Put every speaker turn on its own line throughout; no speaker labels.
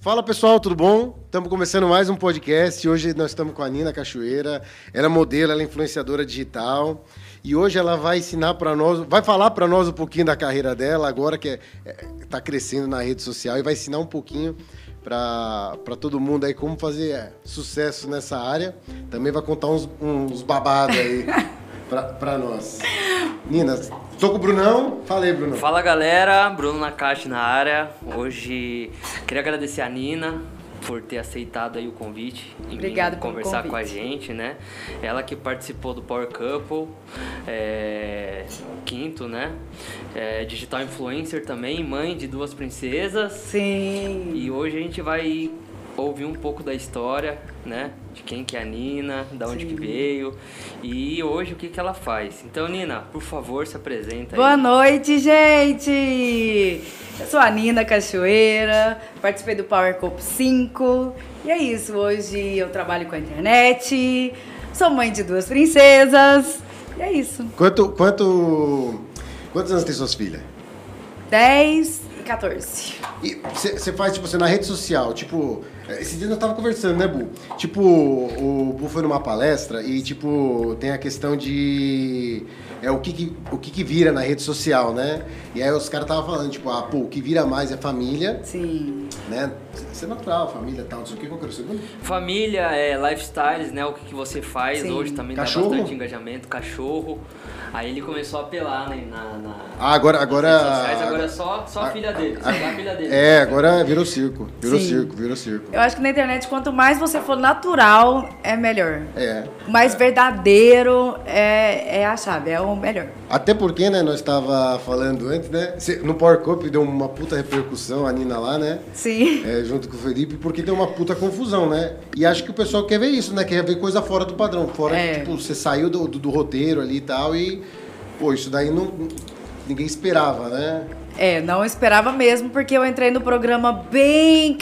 Fala pessoal, tudo bom? Estamos começando mais um podcast. Hoje nós estamos com a Nina Cachoeira. Ela é modelo, ela é influenciadora digital. E hoje ela vai ensinar para nós, vai falar para nós um pouquinho da carreira dela, agora que está crescendo na rede social, e vai ensinar um pouquinho para todo mundo aí como fazer é, sucesso nessa área. Também vai contar uns, uns babados aí para nós. Nina, estou com o Brunão. Falei, Brunão.
Fala galera, Bruno Nakashi na área. Hoje queria agradecer a Nina por ter aceitado aí o convite e
Obrigado pelo
conversar com a
convite.
gente, né? Ela que participou do Power Couple, é, quinto, né? É, digital influencer também, mãe de duas princesas.
Sim.
E hoje a gente vai ouvir um pouco da história, né? De quem que é a Nina, da onde que veio e hoje o que que ela faz. Então, Nina, por favor, se apresenta aí.
Boa noite, gente! Eu sou a Nina Cachoeira, participei do Power Cop 5 e é isso. Hoje eu trabalho com a internet, sou mãe de duas princesas e é isso.
Quanto, quanto, quantos anos tem suas filhas?
10 e 14.
E você faz, tipo, você na rede social, tipo. Esse dia nós tava conversando, né, Bu? Tipo, o Bu foi numa palestra e, tipo, tem a questão de. É o que, que- o que, que vira na rede social, né? E aí os caras estavam falando, tipo, ah, pô, o que vira mais é família,
Sim.
né? Isso é natural, família e tal, não sei o que, qual que era o segundo?
Família, é, lifestyles, né? O que, que você faz
Sim.
hoje também
Cachorro?
dá bastante engajamento, cachorro. Aí ele começou a apelar né, na, na-
Ah, agora.
nas redes sociais, agora é
agora
só, só a filha dele, só dá a filha dele.
é, agora virou circo. Virou
Sim.
circo, virou circo.
Eu acho que na internet, quanto mais você for natural, é melhor.
É.
Mais verdadeiro é, é a chave, é o melhor.
Até porque, né, nós estava falando antes, né? cê- No Power Cup deu uma puta repercussão a Nina lá, né?
Sim.
É, junto com o Felipe, porque deu uma puta confusão, né? E acho que o pessoal quer ver isso, né? Quer ver coisa fora do padrão. Fora,
É.
tipo, você saiu do, do- do roteiro ali e tal e... Pô, isso daí não... Ninguém esperava, né?
É, não esperava mesmo, porque eu entrei no programa bem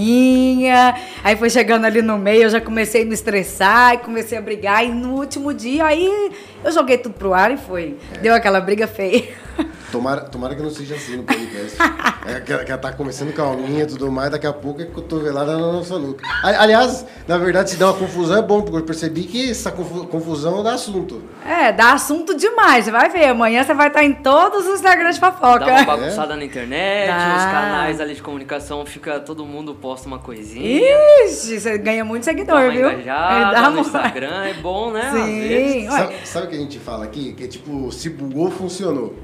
calminha. Aí foi chegando ali no meio, eu já comecei a me estressar, e comecei a brigar. E no último dia, aí eu joguei tudo pro ar e foi.
É.
Deu aquela briga feia.
Tomara, tomara que não seja assim no podcast. é, que, ela- que ela tá começando calminha e tudo mais, daqui a pouco é cotovelada na nossa nuca. A- Aliás, na verdade, se dá uma confusão é bom, porque eu percebi que essa confu- confusão dá assunto.
É, dá assunto demais, você vai ver. Amanhã você vai estar em todos os Instagrams de
Dá
é.
uma
fofoca.
bagunçada na internet,
Dá.
os canais ali de comunicação, fica todo mundo posta uma coisinha.
Ixi, você ganha muito
dá
seguidor,
uma
viu?
engajada
dá
no
uma-
Instagram, é bom, né? Às vezes.
Sim, ué.
Sabe, sabe o que a gente fala aqui? Que é tipo, se bugou, funcionou.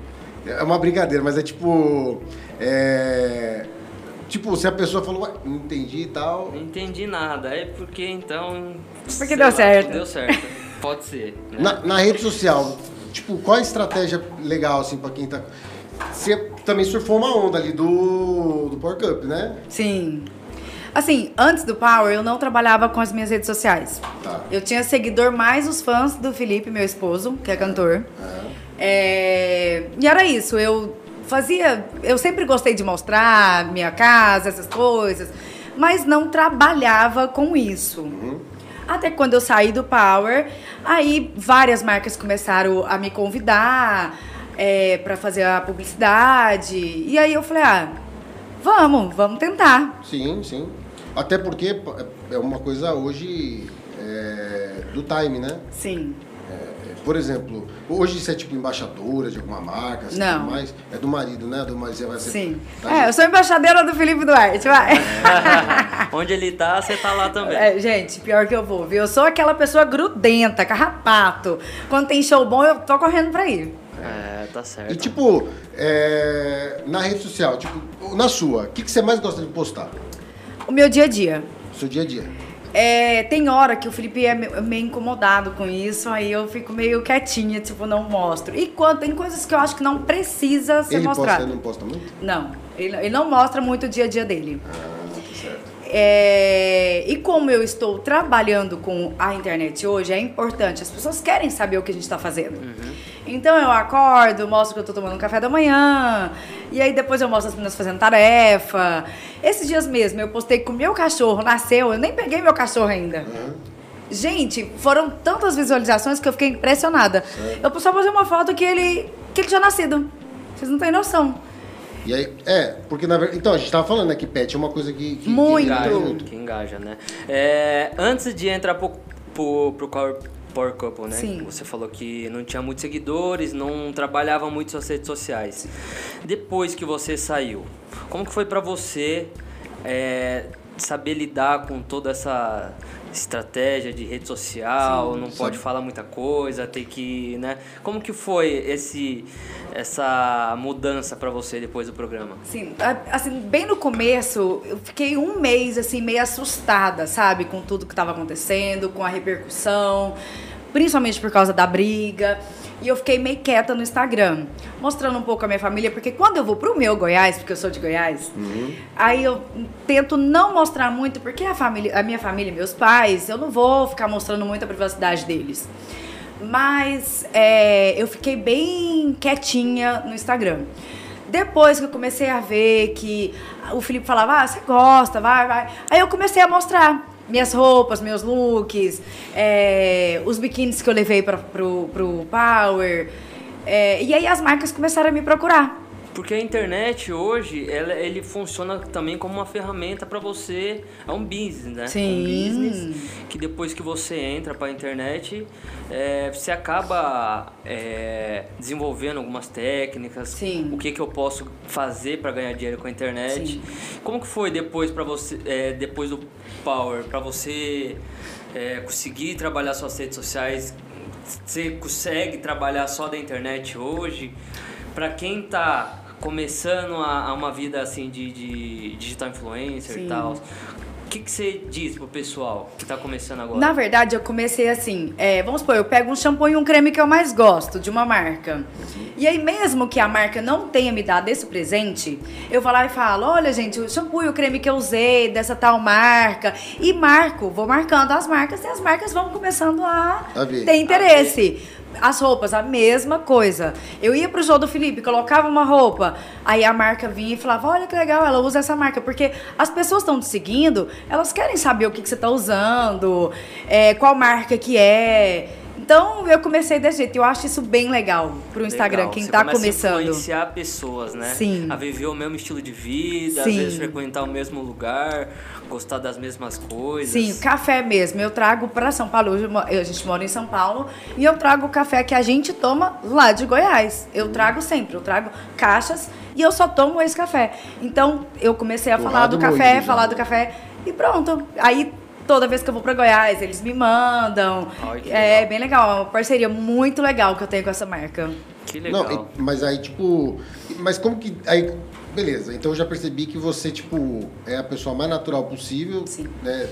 É uma brincadeira, mas é tipo. É... Tipo, se a pessoa falou, "Ué, não entendi e tal.
Não entendi nada, é porque então... sei
deu certo.
Deu certo, pode ser. né?
Na, na rede social, tipo, qual a estratégia legal, assim, pra quem tá. Você também surfou uma onda ali do, do Power Cup, né?
Sim. Assim, antes do Power, eu não trabalhava com as minhas redes sociais.
Tá.
Eu tinha seguidor mais os fãs do Felipe, meu esposo, que é cantor. É, E era isso, eu fazia. Eu sempre gostei de mostrar minha casa, essas coisas, mas não trabalhava com isso.
Uhum.
Até que quando eu saí do Power, aí várias marcas começaram a me convidar é, para fazer a publicidade. E aí eu falei, ah, vamos, vamos tentar.
Sim, sim. Até porque pô, é uma coisa hoje é, do time, né?
Sim.
Por exemplo, hoje você é tipo embaixadora de alguma marca, assim,
Não.
tudo mais. É do marido, né? Do marido, você vai ser.
Sim.
tá,
é, eu
gente?
sou embaixadeira do Felipe Duarte, vai.
Onde ele tá, você tá lá também.
É, gente, pior que eu vou, viu? Eu sou aquela pessoa grudenta, carrapato. Quando tem show bom, eu tô correndo pra ir.
É, tá certo.
E tipo, é, na rede social, tipo, na sua, o que, que você mais gosta de postar?
O meu dia a dia.
No seu dia a dia.
É, tem hora que o Felipe é me- meio incomodado com isso, aí eu fico meio quietinha, tipo, não mostro. E quando, tem coisas que eu acho que não precisa ser
ele posta,
mostrado.
ele não posta muito?
Não, ele, ele não mostra muito o dia a dia dele.
Ah, tá certo.
É, e como eu estou trabalhando com a internet hoje, é importante. As pessoas querem saber o que a gente está fazendo.
Uhum.
Então eu acordo, mostro que eu estou tomando um café da manhã. E aí depois eu mostro as meninas fazendo tarefa. Esses dias mesmo eu postei que o meu cachorro nasceu. Eu nem peguei meu cachorro ainda.
Uhum.
Gente, foram tantas visualizações que eu fiquei impressionada. Eu só postei uma foto que ele, que ele tinha nascido. Vocês não têm noção.
E aí, é, porque na verdade. Então, a gente tava falando, né, que pet é uma coisa que. que
Muito.
Que engaja
Muito.
Que engaja, né? É, antes de entrar pro, pro, pro Power, Power Couple, né?
Sim.
Você falou que não tinha muitos seguidores, não trabalhava muito suas redes sociais. Depois que você saiu, como que foi pra você é, saber lidar com toda essa estratégia de rede social, não pode falar muita coisa, tem que, né? Como que foi esse essa mudança pra você depois do programa?
Sim, a- assim, bem no começo, eu fiquei um mês, assim, meio assustada, sabe? Com tudo que estava acontecendo, com a repercussão, principalmente por causa da briga. E eu fiquei meio quieta no Instagram, mostrando um pouco a minha família, porque quando eu vou pro meu Goiás, porque eu sou de Goiás, aí eu tento não mostrar muito, porque a, família, a minha família, meus pais, eu não vou ficar mostrando muito a privacidade deles. Mas é, eu fiquei bem quietinha no Instagram. Depois que eu comecei a ver que o Felipe falava, ah, você gosta, vai, vai. Aí eu comecei a mostrar minhas roupas, meus looks, é, os biquínis que eu levei pra, pro, pro Power. É, e aí as marcas começaram a me procurar.
Porque a internet hoje, ela, ele funciona também como uma ferramenta para você, é um business, né?
Sim.
Um business que depois que você entra para a internet, é, você acaba é, desenvolvendo algumas técnicas,
Sim.
o que que eu posso fazer para ganhar dinheiro com a internet.
Sim.
Como que foi depois para você, é, depois do Power, para você é, conseguir trabalhar suas redes sociais? Você consegue trabalhar só da internet hoje? Para quem tá começando a, a uma vida assim de, de digital influencer
Sim.
e tal, o que, que você diz pro pessoal que tá começando agora?
Na verdade, eu comecei assim, é, vamos supor, eu pego um shampoo e um creme que eu mais gosto, de uma marca. E aí, mesmo que a marca não tenha me dado esse presente, eu vou lá e falo, olha, gente, o shampoo e o creme que eu usei dessa tal marca. E marco, vou marcando as marcas e as marcas vão começando a
A ver.
ter interesse. As roupas, a mesma coisa. Eu ia pro show do Felipe, colocava uma roupa, aí a marca vinha e falava: Olha que legal, ela usa essa marca. Porque as pessoas estão te seguindo, elas querem saber o que, que você tá usando, é, qual marca que é. Então eu comecei desse jeito. Eu acho isso bem legal pro Instagram,
Legal,
quem
você
tá
começa A
começando.
influenciar pessoas, né?
Sim.
A viver o mesmo estilo de vida,
Sim.
às vezes frequentar o mesmo lugar, gostar das mesmas coisas.
Sim, café mesmo. Eu trago pra São Paulo. Hoje eu mo- eu- a gente mora em São Paulo e eu trago o café que a gente toma lá de Goiás. Eu trago sempre, eu trago caixas e eu só tomo esse café. Então eu comecei a
Torrado
falar do
moído
café,
já.
falar do café e pronto. Aí toda vez que eu vou pra Goiás, eles me mandam.
Ai, que
é
legal.
bem legal, é uma parceria muito legal que eu tenho com essa marca.
Que legal.
Não, e- mas aí, tipo. Mas como que. Aí, beleza, então eu já percebi que você, tipo, é a pessoa mais natural possível,
Sim.
né?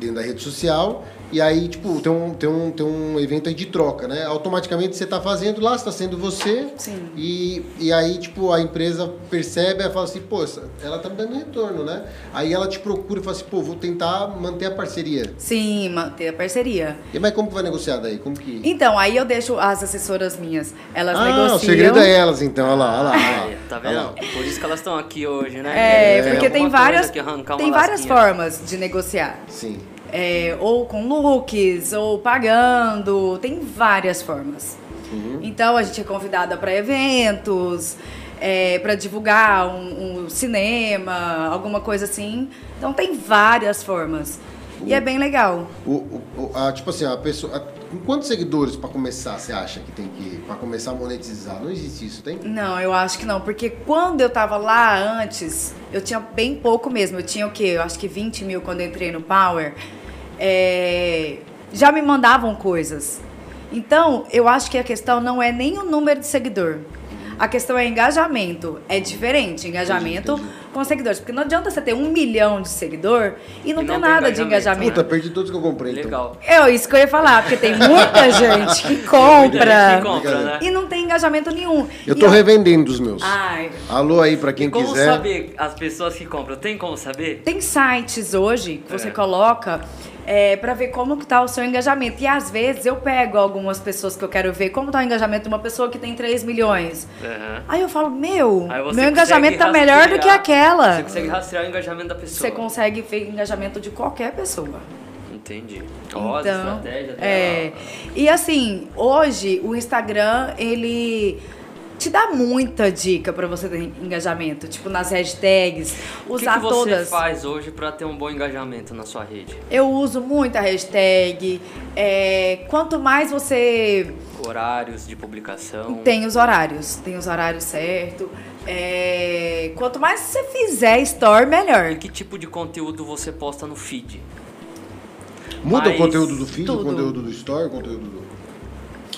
Dentro da rede social. E aí, tipo, tem um, tem um, tem um evento aí de troca, né? Automaticamente você tá fazendo lá, você tá sendo você.
Sim.
E, e aí, tipo, a empresa percebe, ela fala assim, pô, essa- ela tá me dando retorno, né? Aí ela te procura e fala assim, pô, vou tentar manter a parceria.
Sim, manter a parceria.
E mas como que vai negociar daí? Como que.
Então, aí eu deixo as assessoras minhas, elas negociam.
Ah, o segredo é elas, então. Olha lá, olha lá.
Aí,
Olha lá.
tá
Olha lá.
vendo? Por isso que elas estão aqui hoje, né?
É,
Querendo
porque
alguma
tem
coisa
várias,
que arrancar uma
tem várias
lasquinha.
formas de negociar.
Sim.
É, ou com looks, ou pagando, tem várias formas.
Uhum.
Então a gente é convidada para eventos, para divulgar um, um cinema, alguma coisa assim. Então tem várias formas. E
Uhum.
é bem legal.
O, o- o- a, tipo assim, a pessoa. a- com quantos seguidores pra começar você acha que tem que. pra começar a monetizar? Não existe isso, tem?
Não, eu acho que não, porque quando eu tava lá antes, eu tinha bem pouco mesmo. Eu tinha o quê? Eu acho que 20 mil quando eu entrei no Power. É, Já me mandavam coisas. Então, eu acho que a questão não é nem o número de seguidor. A questão é engajamento. É diferente engajamento
Entendi,
com seguidores. Porque não adianta você ter um milhão de seguidor e não
E
ter
não tem
nada
engajamento.
de engajamento. né?
Puta, perdi todos que eu comprei. então.
Legal.
É isso que eu ia falar, porque tem muita gente que compra.
Quem compra, né?
E não tem engajamento nenhum.
Eu
E Ah,
tô revendendo os meus.
Ai,
Alô aí pra quem
Como
quiser.
saber as pessoas que compram? Tem como saber?
Tem sites hoje que você
É.
coloca é, para ver como que tá o seu engajamento. E às vezes eu pego algumas pessoas que eu quero ver como tá o engajamento de uma pessoa que tem 3 milhões.
Aham.
Aí eu falo, meu,
Aí você
meu engajamento
consegue
tá melhor do que
rastrear-
aquela.
Você consegue rastrear o engajamento da pessoa.
Você consegue ver engajamento de qualquer pessoa. Então,
Entendi. Ó, as estratégia dela.
é. E assim, hoje o Instagram, ele te dá muita dica pra você ter engajamento, tipo nas hashtags,
O que,
usar
que você
todas.
faz hoje pra ter um bom engajamento na sua rede?
Eu uso muito a hashtag. é, quanto mais você
Horários de publicação?
Tem os horários, tem os horários certo. É, quanto mais você fizer store, melhor.
E que tipo de conteúdo você posta no feed?
Muda
Mas
o conteúdo do feed, o
tudo.
conteúdo do story, o conteúdo do.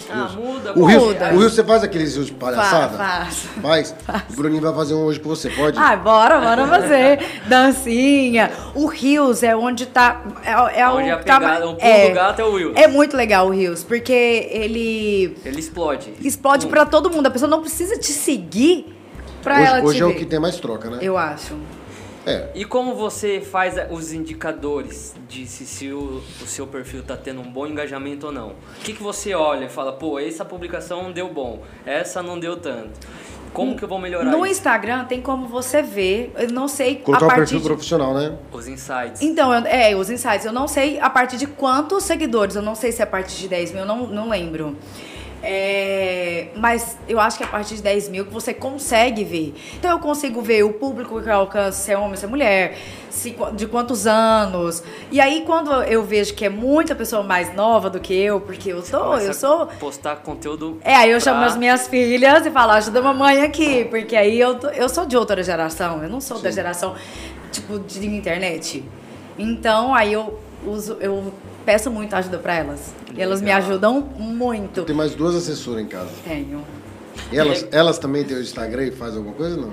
Ah, muda,
O Rio,
Muda.
o Rio, você faz aqueles rios de palhaçada?
faço. Ah,
Faz? O Bruninho vai fazer um hoje pra você, pode?
Ai, bora, bora fazer. Dancinha. O Rios é onde tá. É, é
Onde
o,
a
que tá
pegada-
mais-
o pulo do gato é o Rios.
É muito legal o Rios, porque ele
Ele explode. Hum.
explode
Pum.
pra todo mundo. A pessoa não precisa te seguir pra
hoje
ela te
hoje é
ver.
o que tem mais troca, né?
Eu acho.
É.
E como você faz a- os indicadores de se, se o, o seu perfil tá tendo um bom engajamento ou não? O que, que você olha e fala, pô, essa publicação deu bom, essa não deu tanto.
Hum.
Como que eu vou melhorar
No
isso?
Instagram tem como você ver. Eu não sei
Colocar é o
a partir
perfil
de
profissional, né?
Os insights.
Então, eu- é, os insights. Eu não sei a partir de quantos seguidores. Eu não sei se é a partir de 10 mil, eu não, não lembro. É, mas eu acho que é a partir de 10 mil que você consegue ver. Então eu consigo ver o público que eu alcanço, se é homem, se é mulher, se qu- de quantos anos. E aí, quando eu vejo que é muita pessoa mais nova do que eu, porque eu sou,
Começa
eu
a
sou.
Postar conteúdo.
É, aí
pra-
eu chamo
Tá.
as minhas filhas e falo, ajuda a mamãe aqui, porque aí eu, tô- eu sou de outra geração, eu não sou da geração, tipo, de internet. Então, aí eu uso, eu peço muito ajuda pra elas. E elas me
Legal.
ajudam muito.
Tem mais duas assessoras em casa.
Tenho.
Elas, elas também têm o Instagram e fazem alguma coisa, não?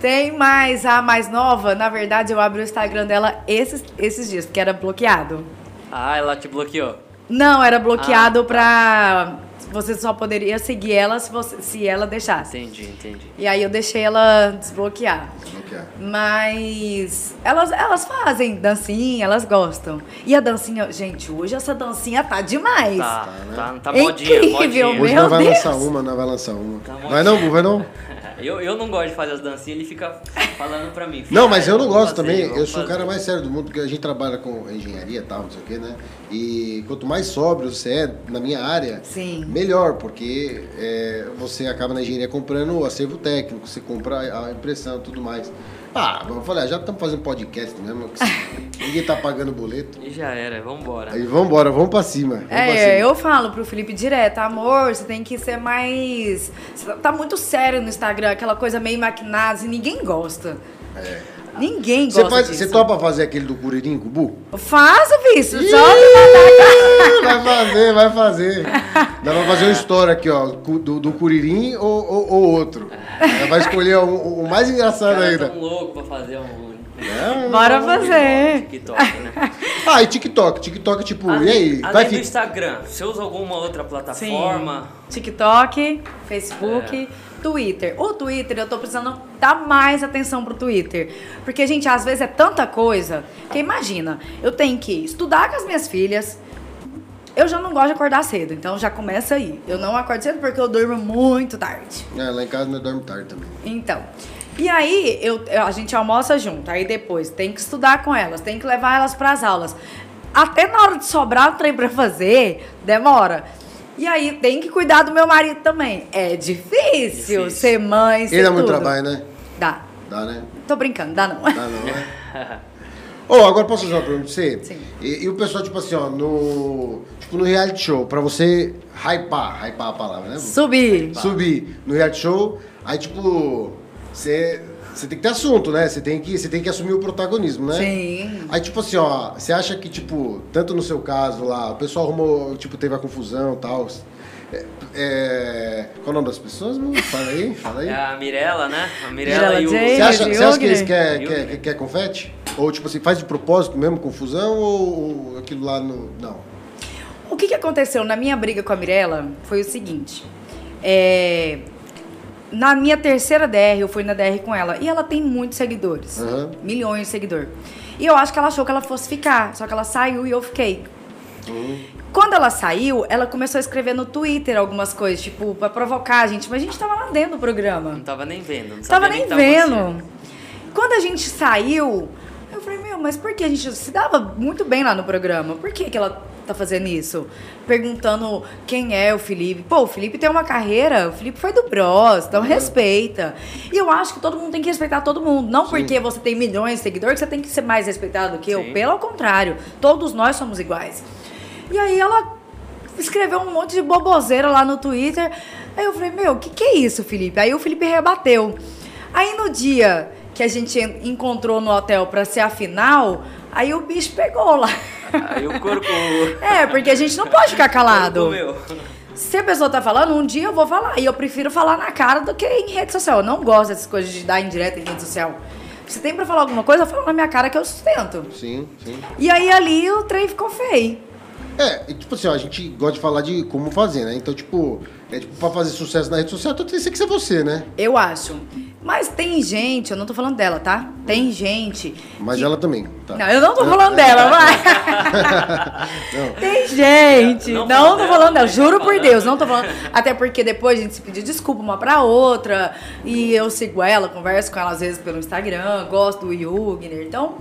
Tem mais a mais nova, na verdade eu abri o Instagram dela esses, esses dias, porque era bloqueado.
Ah, ela te bloqueou.
Não, era bloqueado
Ah, tá.
pra. Você só poderia seguir ela se, você, se ela deixasse.
Entendi, entendi.
E aí eu deixei ela desbloquear.
Desbloquear.
Mas elas, elas fazem dancinha, elas gostam. E a dancinha, gente, hoje essa dancinha tá demais.
Tá,
Tá, né?
tá, tá
É
modinha,
incrível,
modinha.
Hoje
Meu
não vai
Deus!
lançar uma, não vai lançar uma.
Tá bom.
vai não, Gu, vai não?
Eu, eu não gosto de fazer as dancinhas, ele fica falando pra mim.
Não, mas eu não
"Vamos
gosto
fazer,
também.
vamos
Eu sou o
fazer."
cara mais sério do mundo, porque a gente trabalha com engenharia e tal, não sei o quê, né? E quanto mais sóbrio você é na minha área,
Sim.
melhor, porque é, você acaba na engenharia comprando o acervo técnico, você compra a impressão e tudo mais. Ah, eu falei, ah, já estamos fazendo podcast mesmo, que se- ninguém tá pagando boleto.
E já era, vambora.
Aí vamos embora, vamos pra cima. Vamos pra cima.
É, eu falo pro Felipe direto, amor, você tem que ser mais. Você tá- tá muito sério no Instagram, aquela coisa meio maquinada, assim, ninguém gosta. Ninguém
É. Você,
gosta.
faz,
disso.
você topa fazer aquele do Curirim com o Bu?
Faço, bicho.
Ih,
Só me mandar
Vai fazer, vai fazer. Dá pra fazer uma história aqui, ó, cu- do, do Curirim ou, ou- ou outro. Ela vai escolher o, o mais engraçado
Cara, é
ainda.
tão louco pra fazer um.
É.
Bora fazer.
TikTok, né?
Ah, e TikTok. TikTok, tipo, e aí?
Além,
Vai
além do
ficar.
Instagram, você usa alguma outra plataforma?
TikTok, Facebook, Twitter. O Twitter, eu tô precisando dar mais atenção pro Twitter. Porque, gente, às vezes é tanta coisa que imagina, eu tenho que estudar com as minhas filhas. Eu já não gosto de acordar cedo, então já começa aí. Eu não acordo cedo porque eu durmo muito tarde.
É, lá em casa não dorme tarde também.
Então. E aí, eu, eu- a gente almoça junto. Aí depois tem que estudar com elas, tem que levar elas para as aulas. Até na hora de sobrar o trem para fazer, demora. E aí tem que cuidar do meu marido também. É difícil,
Difícil.
ser mãe, ser
Ele dá muito
tudo.
trabalho, né?
Dá.
Dá, né?
Tô brincando, dá não.
Dá não, né? Ô, agora posso fazer uma pergunta pra você?
Sim.
E, e o pessoal, tipo assim, ó, no. Tipo, no reality show, pra você hypar, hypar a palavra, né?
Subir.
subir no reality show, aí tipo, você você tem que ter assunto, né? Você tem que você tem que assumir o protagonismo, né?
Sim.
Aí tipo assim, ó, você acha que tipo, tanto no seu caso lá, o pessoal arrumou, tipo, teve a confusão, e tal. É, é, qual o nome das pessoas? meu? Fala aí, fala aí.
É a Mirella, né? A Mirella
Mirella
e o.
Jane.
Você acha,
Jürgen.
você acha que eles quer,
Jürgen.
quer, quer, quer confete? Ou tipo assim, faz de propósito mesmo, confusão, ou, ou aquilo lá no. Não.
O que, que aconteceu na minha briga com a Mirella foi o seguinte. É, na minha terceira DR, eu fui na DR com ela. E ela tem muitos seguidores.
Aham.
Milhões de seguidores. E eu acho que ela achou que ela fosse ficar. Só que ela saiu e eu fiquei. Quando ela saiu, ela começou a escrever no Twitter algumas coisas, tipo, pra provocar a gente. Mas a gente tava lá dentro do programa.
Não tava nem vendo. Não
Tava
sabia
nem
que acontecendo.
vendo. Quando a gente saiu, eu falei, meu, mas por que a gente se dava muito bem lá no programa? Por que, que ela tá fazendo isso? Perguntando quem é o Felipe. Pô, o Felipe tem uma carreira, o Felipe foi do Bros, então respeita. E eu acho que todo mundo tem que respeitar todo mundo. Não porque você tem milhões de seguidores que você tem que ser mais respeitado do que
Sim.
eu. Pelo contrário, todos nós somos iguais. E aí ela escreveu um monte de boboseira lá no Twitter. Aí eu falei, meu, o que, que é isso, Felipe? Aí o Felipe rebateu. Aí no dia que a gente en- encontrou no hotel pra ser a final, aí o bicho pegou lá.
Aí o corpo.
É, porque a gente não pode ficar calado.
Meu.
Se a pessoa tá falando, um dia eu vou falar. E eu prefiro falar na cara do que em rede social. Eu não gosto dessas coisas de dar indireta em rede social. Se tem pra falar alguma coisa, fala na minha cara que eu sustento.
Sim, sim.
E aí ali o trem ficou feio.
É, e, tipo assim, ó, a gente gosta de falar de como fazer, né? Então, tipo, é, tipo pra fazer sucesso na rede social, então tem que ser você, né?
Eu acho. Mas tem gente, eu não tô falando dela, tá? Tem gente.
Mas
que-
ela também, tá?
Não, eu não tô falando dela, vai.
Não.
Tem gente.
Não
Não,
fala
tô
dela,
falando dela.
né?
Juro por
Falando.
Deus, não tô falando. Até porque depois a gente se pediu desculpa uma pra outra. E eu sigo ela, converso com ela às vezes pelo Instagram, gosto do Yugner, então.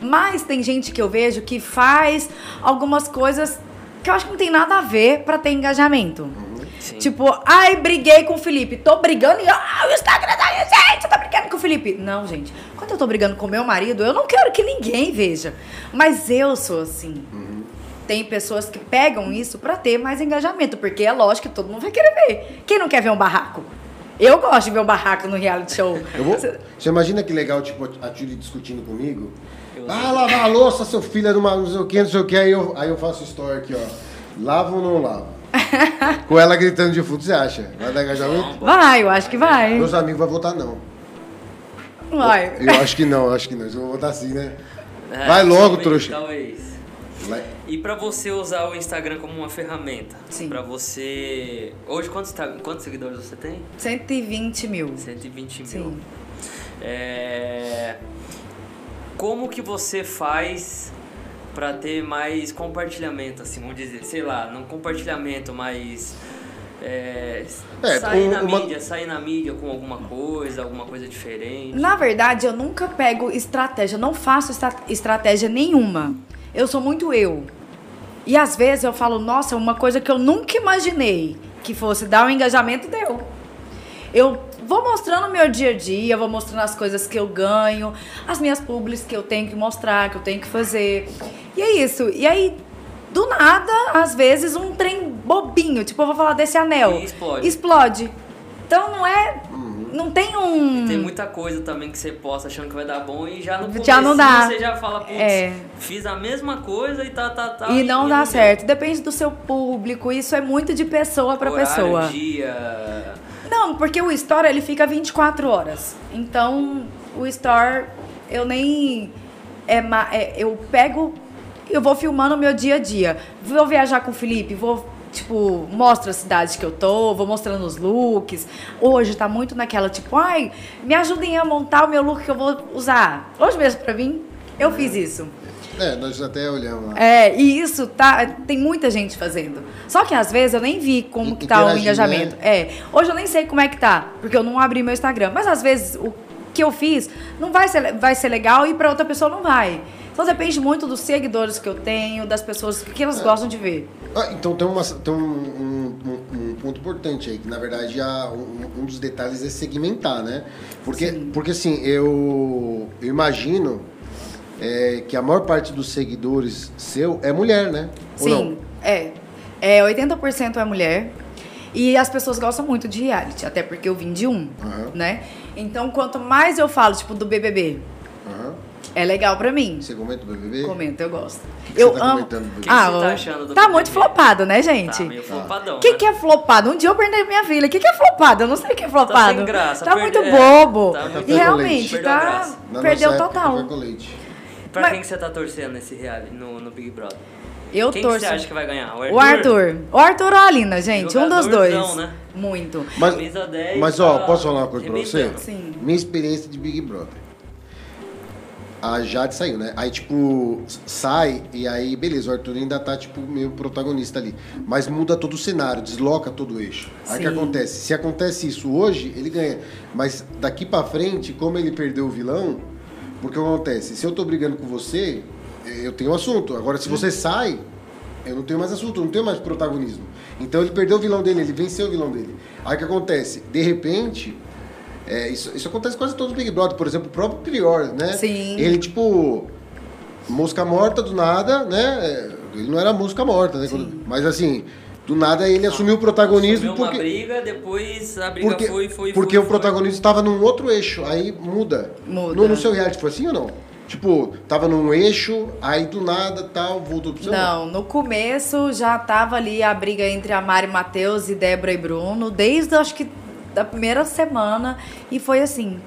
Mas tem gente que eu vejo que faz algumas coisas que eu acho que não tem nada a ver pra ter engajamento.
Sim.
Tipo, ai, briguei com o Felipe. Tô brigando e ah, o Instagram da gente, eu tô brigando com o Felipe. Não, gente. Quando eu tô brigando com meu marido, eu não quero que ninguém veja. Mas eu sou assim. Tem pessoas que pegam isso pra ter mais engajamento, porque é lógico que todo mundo vai querer ver. Quem não quer ver um barraco? Eu gosto de ver um barraco no reality show.
Eu vou...
Cê-
Você imagina que legal, tipo, a Tilly discutindo comigo?
Eu
Ah, lavar a louça, seu filho é de uma não sei o que, não sei o que. Aí eu, aí eu faço story aqui, ó. Lava ou não lava? Com ela gritando de fundo, você acha? Vai dar engajamento?
Vai, eu acho que vai.
Meus amigos vão votar não.
Vai.
Eu acho que não, eu acho que não. Eles vão votar sim, né?
É,
Vai logo,
talvez-
trouxa.
Talvez.
Vai.
E pra você usar o Instagram como uma ferramenta?
Sim.
Pra você. Hoje, quantos, Insta- quantos seguidores você tem?
120 mil.
120 mil.
Sim.
É... Como que você faz pra ter mais compartilhamento, assim, vamos dizer, sei lá, não compartilhamento, mas é,
É,
sair
com
na
uma-
mídia, sair na mídia com alguma coisa, alguma coisa diferente.
Na verdade, eu nunca pego estratégia, eu não faço estra- estratégia nenhuma. Eu sou muito eu. E às vezes eu falo, nossa, uma coisa que eu nunca imaginei que fosse dar um engajamento, deu. Eu vou mostrando o meu dia a dia, vou mostrando as coisas que eu ganho, as minhas publis que eu tenho que mostrar, que eu tenho que fazer. E é isso. E aí, do nada, às vezes, um trem bobinho, tipo, eu vou falar desse anel.
E explode. Uhum.
Explode. Então não é. Não tem um.
Tem muita coisa também que você posta achando que vai dar bom e já no começo
Já não dá.
você já fala, putz,
É.
fiz a mesma coisa e tá, tá, tá.
E não dá
deu.
certo. Depende do seu público. Isso é muito de pessoa pra
Horário,
pessoa.
dia...
Não, porque o Store ele fica 24 horas. Então, o Store eu nem é, ma- é- eu pego eu vou filmando o meu dia a dia. Vou viajar com o Felipe, vou tipo, mostro a cidade que eu tô, vou mostrando os looks. Hoje tá muito naquela tipo, ai, me ajudem a montar o meu look que eu vou usar. Hoje mesmo pra mim, eu fiz isso.
É, nós até olhamos lá.
É, e isso tá. Tem muita gente fazendo. Só que às vezes eu nem vi como que tá o
Interagir,
engajamento.
né?
É. Hoje eu nem sei como é que tá, porque eu não abri meu Instagram. Mas às vezes o que eu fiz não vai ser, vai ser legal e pra outra pessoa não vai. Então depende muito dos seguidores que eu tenho, das pessoas que
É.
elas gostam de ver.
Ah, então tem, uma, tem um, um- um- um ponto importante aí, que na verdade a- um, um dos detalhes é segmentar, né? Porque, porque assim, eu, eu imagino é, que a maior parte dos seguidores seu é mulher, né? Ou
Sim,
não?
é. É, 80% é mulher. E as pessoas gostam muito de reality, até porque eu vim de um,
Aham.
né? Então, quanto mais eu falo, tipo, do BBB,
Aham.
é legal pra mim.
Você comenta o BBB?
Comenta, eu gosto.
que você
Eu
tá
amo.
comentando do
que
ah,
você tá
tá
achando do
tá
BBB?
muito flopado, né,
Tá
gente?
meio flopadão,
O que,
né?
que é flopado? Um dia eu perdi minha filha. O que, que é flopado? Eu não sei o que é flopado.
sem graça,
Tá
perde-
muito
é,
bobo.
tá muito
e
bobo.
realmente,
Perdeu a
tá.
graça.
Na
Perdeu
nossa época
total.
foi com leite.
Pra
é? Mas-
quem que você tá torcendo nesse reality, no, no Big Brother?
Eu
quem
torço.
que você acha que vai ganhar?
O Arthur. O Arthur ou a Alina, gente. Um dos
Jogadorzão,
dois.
né?
Muito.
Mas,
Camisa 10
mas ó,
tá
posso falar uma coisa pra você?
arrebentando.
Sim.
Minha experiência de Big Brother. A Jade saiu, né? Aí, tipo, sai e aí, beleza, o Arthur ainda tá, tipo, meio protagonista ali. Mas muda todo o cenário, desloca todo o eixo. Aí o que
Sim.
acontece? Se acontece isso hoje, ele ganha. Mas daqui pra frente, como ele perdeu o vilão, é, porque o que acontece? Se eu tô brigando com você, eu tenho um assunto. Agora, se você sai, eu não tenho mais assunto, eu não tenho mais protagonismo. Então ele perdeu o vilão dele, ele venceu o vilão dele. Aí o que acontece? De repente, é, isso, isso acontece quase todos os Big Brother, por exemplo, o próprio Prior, né?
Sim.
Ele, tipo, mosca morta do nada, né? É, Ele não era mosca morta, né? Quando- mas assim, do nada ele assumiu o protagonismo
Assumiu uma
porque,
briga, depois a briga
porque,
foi, foi,
porque
foi,
o
foi.
protagonista estava num outro eixo, aí muda.
Muda.
No, no seu reality foi assim ou não? Tipo, tava num eixo, aí do nada tal, voltou pro seu.
Não, no começo já tava ali a briga entre a Mari Matheus e Débora e Bruno, desde acho que da primeira semana, e foi assim.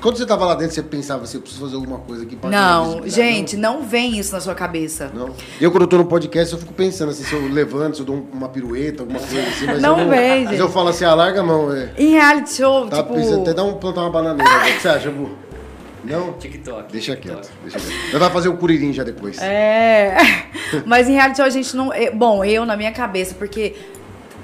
Quando você tava lá dentro, você pensava assim, eu preciso fazer alguma coisa aqui pra
Não,
né?
visibilidade?
gente, não vem isso na sua cabeça.
Não. Eu, quando eu tô no podcast, eu fico pensando assim, se eu levanto, se eu dou um- uma pirueta, alguma coisa assim, mas
Não
eu não.
vem,
mas
gente.
eu falo assim, ah, larga a mão, é.
Em reality show,
Tá
tipo.
pensando até dar um, plantar uma bananeira. O que você acha, Bu? Não?
TikTok.
Deixa
TikTok.
quieto, deixa quieto. Nós vai fazer o curirim já depois.
É. Mas em reality show a gente não. eh, Bom, eu na minha cabeça, porque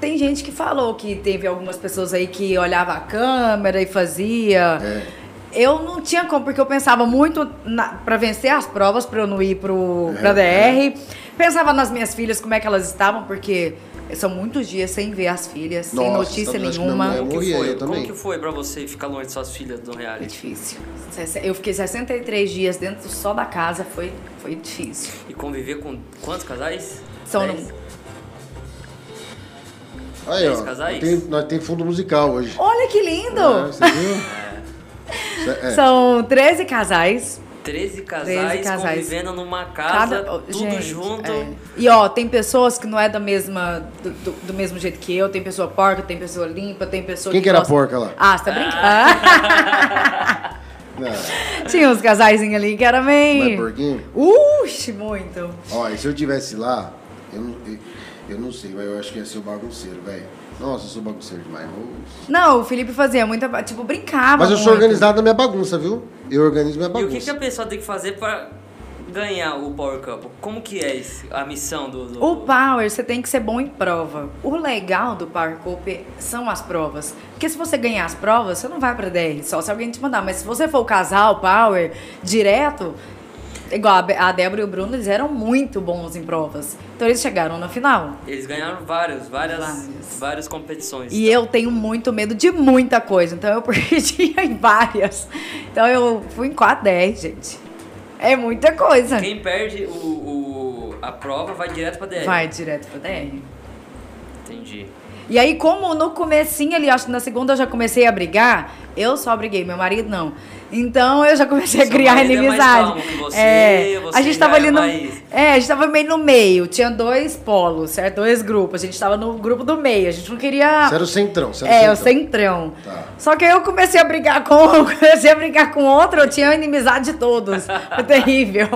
tem gente que falou que teve algumas pessoas aí que olhava a câmera e fazia.
É.
Eu não tinha como, porque eu pensava muito na, pra vencer as provas, pra eu não ir pro, pra
É,
DR. Pensava nas minhas filhas, como é que elas estavam, porque são muitos dias sem ver as filhas, sem
Nossa,
notícia
sabe, acho que é um
nenhuma.
minha mãe- Eu
Como que
morri,
foi?
eu também.
Como que foi pra você ficar longe de suas filhas do
Foi
reality?
difícil. Sesse- Eu fiquei 63 dias dentro só da casa, foi, foi difícil.
E conviver com quantos casais?
São
Dez?
Aí,
Três
ó.
casais?
Tem, nós tem fundo musical hoje.
Olha que lindo!
Ah, você viu? Cê- é.
São 13 casais.
13 casais,
13 casais.
convivendo numa casa,
Cada-
tudo
Gente,
junto.
é. E ó, tem pessoas que não é da mesma do, do- do mesmo jeito que eu, tem pessoa porca, tem pessoa limpa, tem pessoa
Quem
que
que era
gosta-
porca lá?
Ah, você tá
Ah.
brincando?
Não,
Tinha uns casaiszinhos ali que era
não é
meio.
porquinho?
Uxi, muito.
Ó, e se eu tivesse lá, eu, não- eu, eu não sei, mas eu acho que ia ser o bagunceiro, velho. Nossa, eu sou bagunceiro demais. eu-
Não, o Felipe fazia muita. ba- Tipo, brincava.
Mas eu sou
muito.
organizado na minha bagunça, viu? Eu organizo minha
E
bagunça.
o que, que a pessoa tem que fazer pra ganhar o Power Couple? Como que é esse- a missão do... do-
O
do-
Power, você tem que ser bom em prova. O legal do Power Coupe são as provas. Porque se você ganhar as provas, você não vai pra DR, só se alguém te mandar. Mas se você for o casal Power direto, igual a Be- a Débora e o Bruno, eles eram muito bons em provas. Então eles chegaram na final.
Eles ganharam vários, várias, várias,
Várias.
competições.
E eu tenho muito medo de muita coisa, então eu perdi em várias. Então eu fui em 4 10, gente. É muita coisa.
Então, Quem perde o, o- a prova vai direto pra DR.
Vai direto pro DR.
Entendi.
E aí, como no comecinho ali, acho que na segunda eu já comecei a brigar, eu só briguei, meu marido não. Então eu já comecei a
Seu
criar
marido é mais
inimizade.
calmo que você, você
a gente
já
tava
é
ali no.
mais-
É, a gente tava meio no meio. Tinha dois polos, certo? Dois grupos. A gente tava no grupo do meio. A gente não queria.
Você era o centrão, você era
É, o
o centrão.
centrão.
Tá.
Só que aí eu comecei a brigar com um, comecei a brigar com outro, eu tinha inimizade de todos. Foi terrível.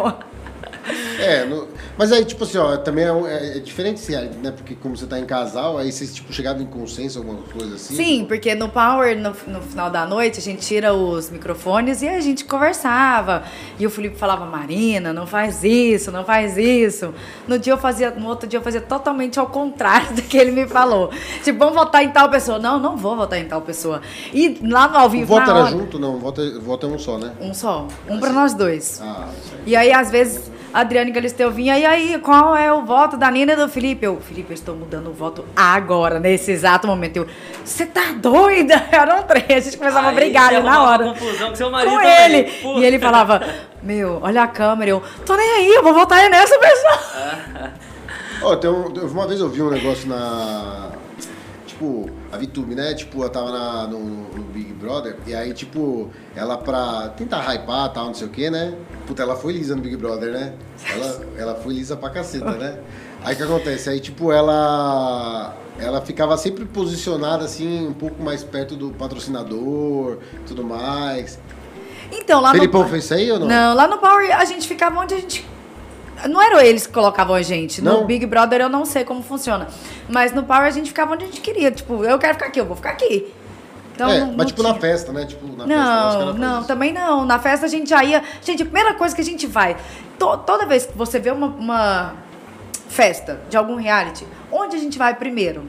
É, no- mas aí, tipo assim, ó, também é, um- é- é diferente esse reality, né? Porque como você tá em casal, aí vocês, tipo, chegavam em consenso, alguma coisa assim.
Sim, porque no Power, no, no final da noite, a gente tira os microfones e a gente conversava. E o Felipe falava, Marina, não faz isso, não faz isso. No dia eu fazia, no outro dia eu fazia totalmente ao contrário do que ele me falou. Tipo, vamos votar em tal pessoa. Não, não vou votar em tal pessoa. E lá no ao
O
vivo,
voto
na
era
hora-
junto? Não, o voto, é- o voto é um só, né?
Um só. Um pra nós dois.
Ah, isso aí.
E aí, às vezes, a Adriane Galisteu vinha, e aí, qual é o voto da Nina e do Felipe? Eu, Felipe, eu estou mudando o voto agora, nesse exato momento. Eu, você tá doida? Eram três, a gente começava a
Aí então,
brigar
você
ali é na
arrumava
hora.
confusão com seu marido
Com
também.
ele.
Puta.
E ele falava, meu, olha a câmera, eu, tô nem aí, eu vou votar é nessa pessoa.
Ó, tem um- tem- uma vez eu vi um negócio na. Tipo, a Vitube, né? Tipo, ela tava na- no, no Big Brother. E aí, tipo, ela pra tentar hypar tal, não sei o que, né? Puta, ela foi lisa no Big Brother, né? Ela, ela foi lisa pra caceta, né? Aí o que acontece? Aí, tipo, ela. Ela ficava sempre posicionada assim, um pouco mais perto do patrocinador, tudo mais.
Então, lá
Felipão
no...
fez isso aí ou não?
Não, lá no Power a gente ficava onde a gente. Não eram eles que colocavam a gente.
Não?
No Big Brother eu não sei como funciona. Mas no Power a gente ficava onde a gente queria. Tipo, eu quero ficar aqui, eu vou ficar aqui. Então,
é,
não-
mas
não
tipo
tinha.
na festa, né? Tipo, na festa. eu acho que ela
Não,
faz
não,
isso.
também não. Na festa a gente já ia. Gente, a primeira coisa que a gente vai. to- toda vez que você vê uma, uma festa de algum reality, onde a gente vai primeiro?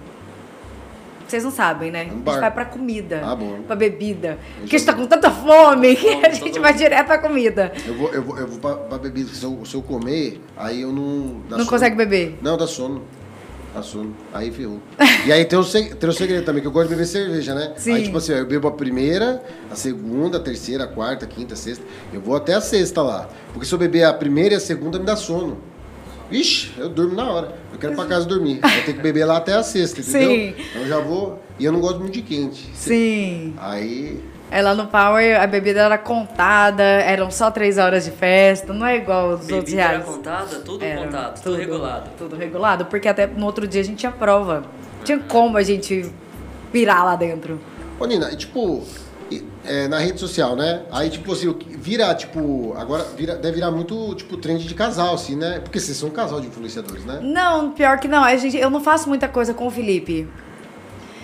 Vocês não sabem, né?
Um
A
bar.
gente vai pra comida,
Ah, bom.
pra bebida. Porque
já-
a gente tá com tanta fome que
Fome,
a gente
todo
vai
mundo.
direto pra comida.
Eu vou, eu vou, eu vou pra, pra bebida. Se eu, se eu comer, aí eu não. dá
não
sono.
consegue beber.
Não, dá sono. Dá sono. Aí ferrou. E aí tem o, seg- tem o segredo também, que eu gosto de beber cerveja, né?
Sim.
Aí, tipo assim, ó, eu bebo a primeira, a segunda, a terceira, a quarta, a quinta, a sexta. Eu vou até a sexta lá. Porque se eu beber a primeira e a segunda, me dá sono. Ixi, eu durmo na hora. Eu quero ir pra casa dormir. Eu tenho que beber lá até a sexta, entendeu?
Sim.
Então eu já vou. E eu não gosto muito de quente.
Sim.
Aí.
É, lá no Power a bebida era contada, eram só três horas de festa, não é igual os outros
Bebida era
reais.
contada, tudo
Era,
contado, tudo, regulado.
Tudo regulado, porque até no outro dia a gente tinha prova. Tinha como a gente pirar lá dentro.
Ô, Nina, e, tipo, e, é, na rede social, né? Aí, tipo assim, o que- vira, tipo, agora vira, deve virar muito, tipo, trend de casal, assim, né? Porque vocês são um casal de influenciadores, né?
Não, pior que não. A gente, eu não faço muita coisa com o Felipe.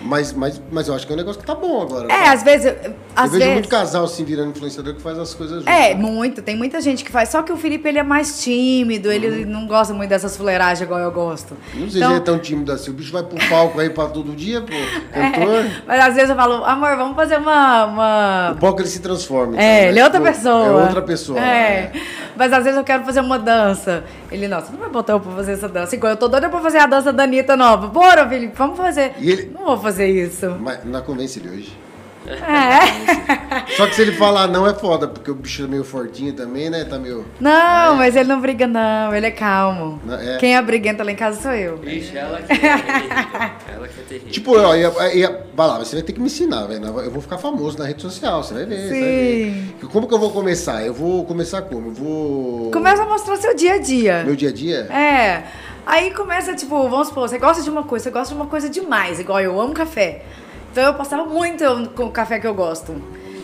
Mas, mas, mas eu acho que é um negócio que tá bom agora.
É, às vezes. eu-
Eu
Às
vejo
vezes...
muito casal, assim, virando influenciador que faz as coisas juntos.
É, muito. Tem muita gente que faz. Só que o Felipe, ele é mais tímido. Ele não gosta muito dessas fuleiragens igual eu gosto.
Uhum.
Então,
Não sei se ele é tão tímido assim. O bicho vai pro palco aí pra todo dia, pô, cantor.
É, mas às vezes eu falo, amor, vamos fazer uma... uma-
O palco ele se transforma. então,
É,
né?
ele é outra
Tipo,
pessoa.
É outra pessoa.
É.
né?
Mas às vezes eu quero fazer uma dança. Ele, nossa, não vai botar eu pra fazer essa dança. Igual eu tô doida pra fazer a dança da Anitta nova. Bora, Felipe, vamos fazer.
E ele-
Não vou fazer isso.
Mas não convence ele hoje.
É.
Só que se ele falar não é foda, porque o bicho é meio fortinho também, né? Tá meio.
Não, mas ele não briga, não. Ele é calmo.
Não, é.
Quem é briguenta lá em casa sou eu.
Ixi, ela que é terrível. Ela que é terrível.
Tipo, ó, ia, ia- vai lá, você vai ter que me ensinar, velho. Eu vou ficar famoso na rede social, você vai ver. Você vai
Sim.
ver. Como que eu vou começar? Eu vou começar como? Eu vou.
Começa a mostrar seu dia a dia.
Meu dia a dia?
É. Aí começa, tipo, vamos supor, você gosta de uma coisa, você gosta de uma coisa demais, igual eu amo café. Então eu passava muito eu- com o café que eu gosto.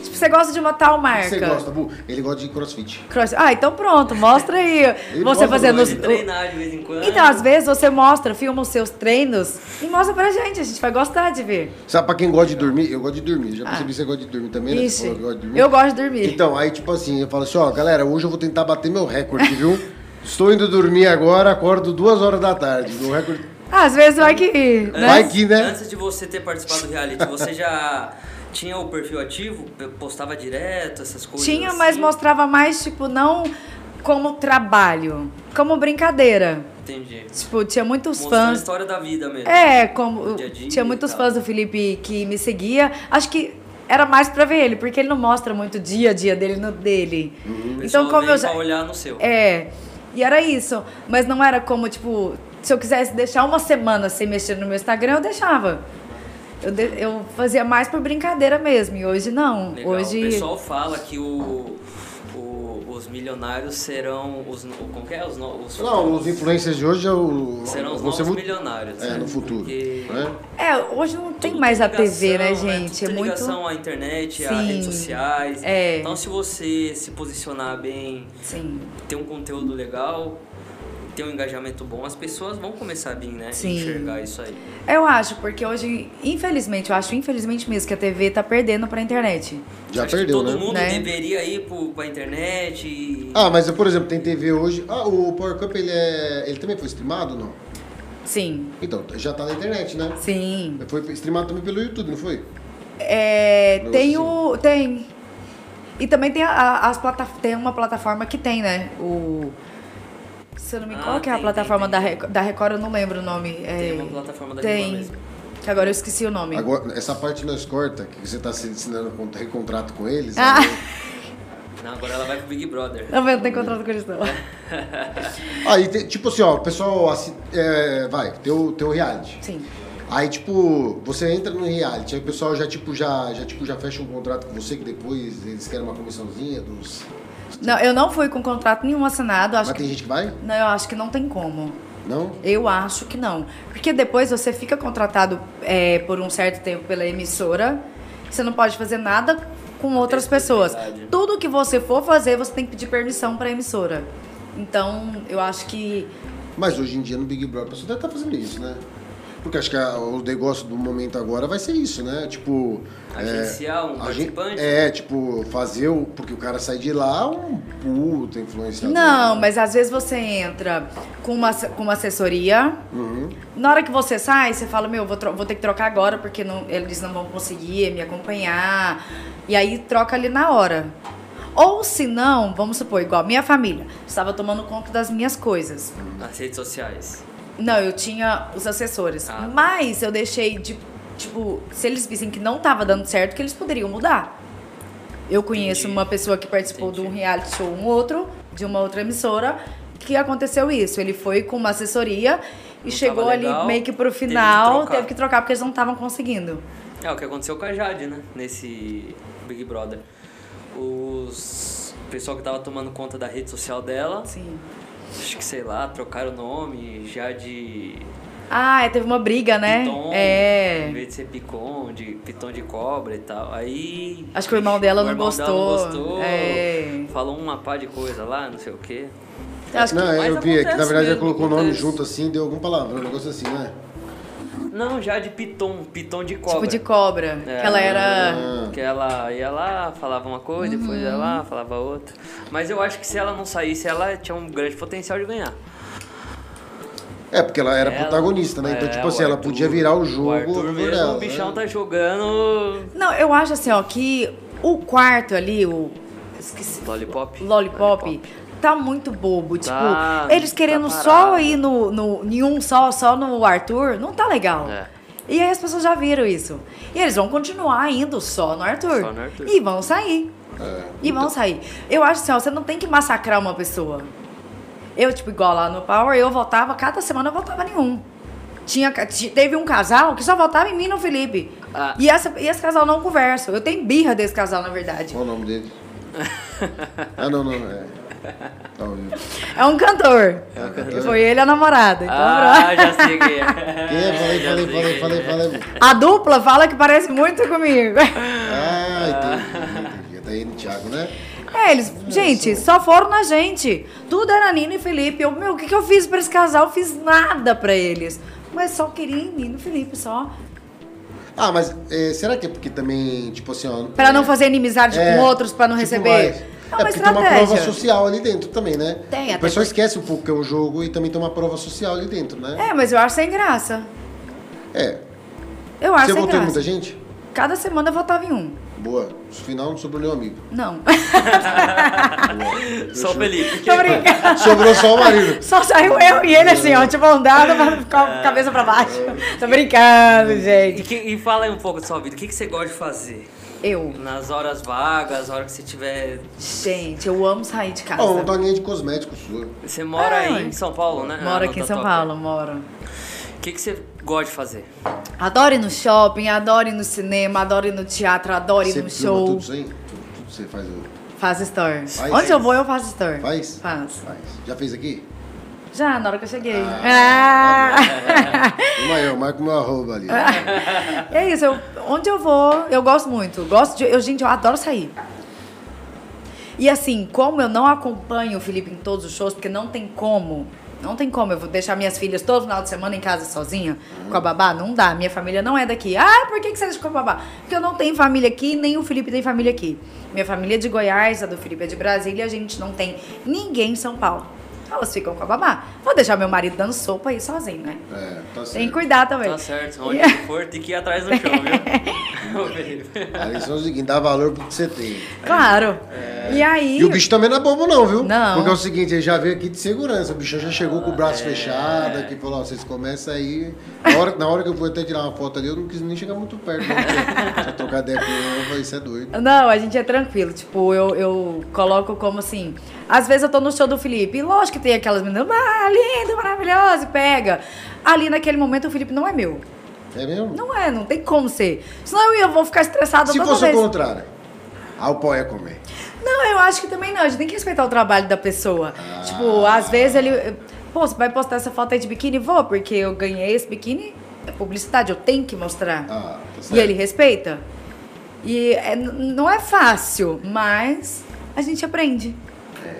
Tipo, você gosta de uma tal
O
marca.
que você gosta, Bu? Ele gosta de crossfit.
Cross- Ah, então pronto, mostra aí.
mostra
você fazendo
pra
os.
Pode treinar de vez em quando.
Então, às vezes você mostra, filma os seus treinos e mostra pra gente, a gente vai gostar de ver.
Sabe, pra quem gosta de dormir, eu gosto de dormir. Já percebi que você gosta de dormir também, né? Você
Ixi,
falou que gosta de dormir.
Ah. eu gosto de dormir.
Então, aí tipo assim, eu falo assim, ó, galera, hoje eu vou tentar bater meu recorde, viu? Estou indo dormir agora, acordo duas horas da tarde. Meu recorde.
Ah, Às vezes vai
É.
que. Né?
Vai que, né?
Antes de você ter participado do reality, você já tinha o perfil ativo? Postava direto, essas coisas?
Tinha, mas
assim?
mostrava mais, tipo, não como trabalho, como brincadeira.
Entendi. Os
Tipo, tinha muitos
Mostrando a
fãs.
história da vida mesmo.
É, como.
Dia a dia
tinha
e
muitos
tal.
fãs do Felipe que me seguia. Acho que era mais pra ver ele, porque ele não mostra muito o dia a dia dele no dele.
O pessoal
Então, como
vem
eu já.
Pra olhar no seu.
É. E era isso. Mas não era como, tipo, se eu quisesse deixar uma semana sem mexer no meu Instagram, eu deixava. Eu, de- eu fazia mais por brincadeira mesmo. E hoje não.
Legal.
Hoje.
O pessoal fala que o, o- os milionários serão os... no- Como que é? Os, no- os-
Não, os influencers de hoje é eu.
Serão os
vão
novos
ser muito-
milionários.
É,
né?
no futuro.
Porque
Né?
É, hoje não tem
tudo
mais a
ligação,
TV, né,
Tudo
gente? É
tem
muito.
ligação à internet, a
Sim.
redes sociais.
É.
Então, se você se posicionar bem,
Sim.
ter um conteúdo legal, ter um engajamento bom, as pessoas vão começar a vir, né?
Sim.
Enxergar isso aí.
Eu acho, porque hoje, infelizmente, eu acho infelizmente mesmo que a TV tá perdendo pra internet.
Já
Acho
perdeu,
que todo
né?
mundo
Né?
deveria ir pro, pra internet e...
Ah, mas por exemplo, tem TV hoje. Ah, o Power Cup ele é. Ele também foi streamado ou não?
Sim,
Então, já tá na internet, né?
sim.
Foi streamado também pelo YouTube, não foi?
É,
Negócio
tem o. Tem. E também tem, a- a- as plata, tem uma plataforma que tem, né? O. Se eu não me
Ah,
qual que é a
tem,
plataforma
tem, tem.
da, Record, da Record, eu não lembro o nome.
Tem
é,
uma plataforma da
tem.
Record mesmo.
Que agora eu esqueci o nome.
Agora, essa parte nós corta, que você tá se ensinando con- recontrato com eles.
Ah.
né?
Não, agora ela vai pro Big Brother.
É.
Não, mas eu não tenho contrato com eles, não.
Aí, tem- tipo assim, ó, o pessoal assi- é, vai, tem o, tem o reality.
Sim.
Aí, tipo, você entra no reality, aí o pessoal já, tipo, já, já, tipo, já fecha um contrato com você, que depois eles querem uma comissãozinha dos.
Não, eu não fui com contrato nenhum assinado. Acho
Mas tem
que,
gente que vai?
não, eu acho que não tem como.
Não?
Eu acho que não. Porque depois você fica contratado é, por um certo tempo pela emissora, você não pode fazer nada com outras pessoas.
Exclusividade.
Tudo que você for fazer, você tem que pedir permissão para a emissora. Então, eu acho que.
Mas hoje em dia no Big Brother, a pessoa deve estar fazendo tá isso, né? Porque acho que a- o negócio do momento agora vai ser isso, né? Tipo.
Agenciar um
agen-
participante?
É, tipo, fazer o. Porque o cara sai de lá um puta influenciador.
Não, mas às vezes você entra com uma, com uma assessoria. Na hora que você sai, você fala, meu, vou, tro- vou ter que trocar agora, porque não- eles não vão conseguir me acompanhar. E aí troca ali na hora. Ou se não, vamos supor, igual minha família, estava tomando conta das minhas coisas.
Nas redes sociais.
Não, eu tinha os assessores.
Ah.
Mas eu deixei de. Tipo, se eles vissem que não tava dando certo, que eles poderiam mudar. Eu conheço
Entendi.
uma pessoa que participou de um
Entendi.
reality show, um outro, de uma outra emissora, que aconteceu isso. Ele foi com uma assessoria e
Não
chegou
tava
ali
legal,
meio que pro
teve que
final, teve que,
trocar.
trocar porque eles não estavam conseguindo.
É o que aconteceu com a Jade, né? Nesse Big Brother. Os o pessoal que tava tomando conta da rede social dela,
Sim.
acho que sei lá, trocaram o nome, Jade
Ah, é, teve uma briga, né?
Piton, em
é.
vez de ser Picon, de Piton de cobra e tal. Aí.
Acho que o irmão dela
o
não
irmão
gostou,
Dela não gostou.
é.
Falou uma pá de coisa lá, não sei o quê.
Acho que-
Não,
mas
eu vi aqui, na
acontece
verdade, ela
mesmo,
colocou o nome
acontece.
junto assim, deu algum palavrão, um negócio assim, né?
Não, já de Piton, Piton de cobra.
tipo de cobra.
É,
que ela era.
Que ela ia lá, falava uma coisa, depois ia lá, falava outra. Mas eu acho que se ela não saísse, ela tinha um grande potencial de ganhar.
É, porque ela era
Ela-
protagonista, né? Então,
é,
tipo assim,
o
ela
Arthur-
podia virar o jogo.
O
a
Arthur
favor
mesmo,
dela,
o bichão
né?
tá jogando.
Não, eu acho assim, ó, que o quarto ali, o. Esqueci.
Lollipop.
Lollipop, tá muito bobo. Tipo,
Tá,
eles querendo
tá
só
parado.
ir no, no. em um só, só no Arthur, não tá legal.
É.
E aí as pessoas já viram isso. E eles vão continuar indo só no Arthur.
Só no Arthur.
E vão sair.
É.
E vão
Então.
sair. Eu acho assim, ó, você não tem que massacrar uma pessoa. Eu, tipo, igual lá no Power, eu votava, cada semana eu votava nenhum. Tinha, ca- ti- teve um casal que só votava em mim e no Felipe.
Ah.
E, essa, e esse casal não conversa. Eu tenho birra desse casal, na verdade.
Qual o nome dele? ah, não, não, é. Tá ouvindo.
É um cantor.
É um cantor?
E foi ele a namorada. Então,
Ah,
pronto.
já sei quem é.
Quem é? Falei,
Já
falei,
sei
falei,
quem
falei,
é.
falei.
A dupla fala que parece muito comigo.
Ah, entendi, entendi. Tá aí no Thiago, né?
É, eles, gente, só foram na gente. Tudo era Nina e Felipe. Eu, meu, o que, que eu fiz pra esse casal? Eu fiz nada pra eles. Mas só queria em Nina e Felipe, só.
Ah, mas é, será que é porque também, tipo assim, ó.
Pra não
é,
fazer inimizade
é,
com outros, pra não
tipo,
receber.
vai.
É
É
uma
porque tem uma prova
estratégia.
social ali dentro também, né?
Tem,
O
até
pessoal esquece um pouco que é um jogo e também tem uma prova social ali dentro, né?
É, mas eu acho sem graça.
É.
Eu acho
Você
sem
votou em muita
graça.
gente?
Cada semana eu votava em um.
Boa. No final não sobrou nenhum amigo.
Não.
Só o Felipe.
Tô brincando.
Sobrou só o marido.
Só saiu eu e ele assim, ó, tipo, andado, mas com a cabeça pra baixo. Tô brincando,
E,
gente.
que- e fala aí um pouco da sua vida. O que, que você gosta de fazer?
Eu,
Nas horas vagas, a hora que você tiver.
gente, eu amo sair de casa.
Ó, uma doninha de cosméticos sua.
Você mora
Ah,
aí em São Paulo, né?
Moro
Ah,
aqui
no
em São
Tatuapé.
Paulo, moro.
O que, que você gosta de fazer?
Adoro ir no shopping, adoro ir no cinema, adoro ir no teatro, adoro ir
Você
no
filma
show.
tudo isso aí? Tudo, tudo que você faz. ó.
Faz story.
Faz?
Onde eu vou, eu faço story.
Faz?
Faz.
Faz. Já fez aqui?
Já, na hora que eu cheguei.
tá
Ah.
Uma eu, marca o meu arroba ali.
é isso, eu- onde eu vou, eu gosto muito. Gosto de. Eu, gente, eu adoro sair. E assim, como eu não acompanho o Felipe em todos os shows, porque não tem como. Não tem como, eu vou deixar minhas filhas todo final de semana em casa sozinha com a babá? Não dá, minha família não é daqui. Ah, por que, que você deixa com a babá? Porque eu não tenho família aqui, nem o Felipe tem família aqui. Minha família é de Goiás, a do Felipe é de Brasília, a gente não tem ninguém em São Paulo. Elas ficam com a babá. Vou deixar meu marido dando sopa aí sozinho, né?
É, tá certo.
Tem que cuidar também.
Tá certo, onde que for, tem que ir atrás do show, viu? Ô, Felipe.
A lição é o seguinte, dá valor pro que você tem.
Claro. E aí.
E o bicho também não é bobo, não, viu?
Não. É.
Porque é o seguinte, ele já veio aqui de segurança. O bichão já chegou com o braço fechado, aqui falou, ó, vocês começam aí. Na hora, na hora que eu fui até tirar uma foto ali, eu não quis nem chegar muito perto. Não, só trocar ideia com ele, eu falei, isso é doido.
Não, a gente é tranquilo. Tipo, eu, eu coloco como assim. Às vezes eu tô no show do Felipe. E lógico que tem aquelas meninas. Ah, lindo, maravilhoso, e pega. Ali naquele momento o Felipe não é meu.
É mesmo?
Não é, não tem como ser. Senão eu ia- vou ficar estressada
Se
toda
fosse
vez.
o contrário, ah, o pau ia comer.
Não, eu acho que também não. A gente tem que respeitar o trabalho da pessoa.
Ah.
Tipo, às vezes ele. Pô, você vai postar essa foto aí de biquíni? Vou, porque eu ganhei esse biquíni. É publicidade, eu tenho que mostrar.
Ah, tá certo.
E ele respeita. E é- n- não é fácil, mas a gente aprende.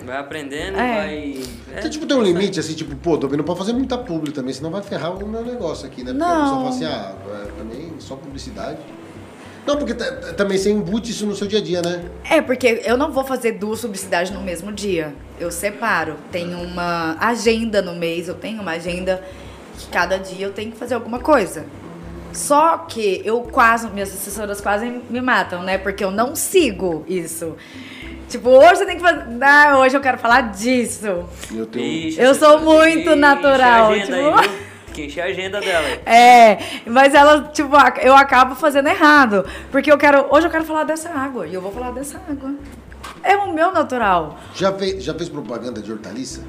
Vai aprendendo,
É.
vai. é,
Então, tipo, tem um limite, assim, tipo, pô, Dobi, não pode fazer muita publi também, senão vai ferrar o meu negócio aqui, né? Porque a pessoa
Não.
fala assim, ah, é, pra mim, só publicidade. Não, porque ta- também você embute isso no seu dia a dia, né?
É, porque eu não vou fazer duas publicidades no mesmo dia. Eu separo. Tem uma agenda no mês, eu tenho uma agenda que cada dia eu tenho que fazer alguma coisa. Só que eu quase, minhas assessoras quase me matam, né? Porque eu não sigo isso. Tipo, hoje você tem que fazer. Ah, hoje eu quero falar disso.
E eu tenho.
Ixi,
Eu
você
sou
tem
muito
que encher a
natural,
agenda
tipo.
aí, viu? Tem que encher a agenda dela. aí.
É, mas ela, tipo, ac- eu acabo fazendo errado. Porque eu quero. Hoje eu quero falar dessa água. E eu vou falar dessa água. É o meu natural.
Já, fez, já fez propaganda de hortaliça?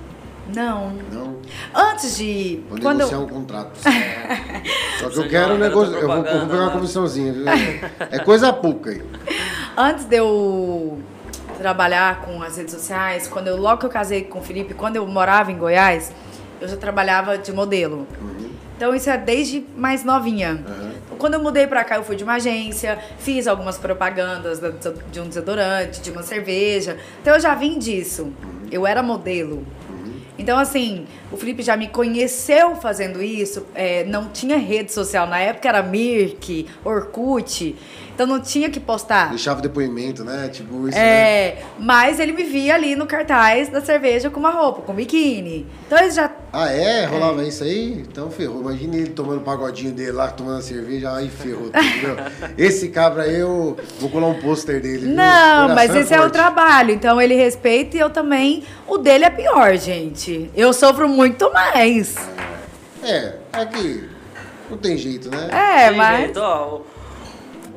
Não.
Não.
Antes de.
Vou
Quando
negociar
eu...
um contrato. Só que
Você
eu
já
quero
era da
negociar. Eu vou, eu vou
propaganda,
pegar uma
né?
comissãozinha, viu? É coisa pouca aí.
Antes de eu trabalhar com as redes sociais, quando eu logo que eu casei com o Felipe, quando eu morava em Goiás, eu já trabalhava de modelo. Então isso é desde mais novinha. Quando eu mudei pra cá, eu fui de uma agência, fiz algumas propagandas da- de um desodorante, de uma cerveja. Então eu já vim disso. Eu era modelo. Então, assim, o Felipe já me conheceu fazendo isso. é, não tinha rede social. Na época era Mirk, Orkut. Então não tinha que postar.
Deixava depoimento, né? Tipo, isso, né?
É, mas ele me via ali no cartaz da cerveja com uma roupa, com biquíni. Então ele já.
Ah, é? Rolava isso aí? Então ferrou. Imagina ele tomando o pagodinho dele lá, tomando a cerveja, aí ferrou tudo, entendeu? Esse cabra aí, eu vou colar um pôster dele. viu?
Não,
Coração
mas esse é o
forte.
trabalho. Então ele respeita e eu também. O dele é pior, gente. Eu sofro muito mais.
É, é que não tem jeito, né?
É,
Tem
mas.
jeito, ó,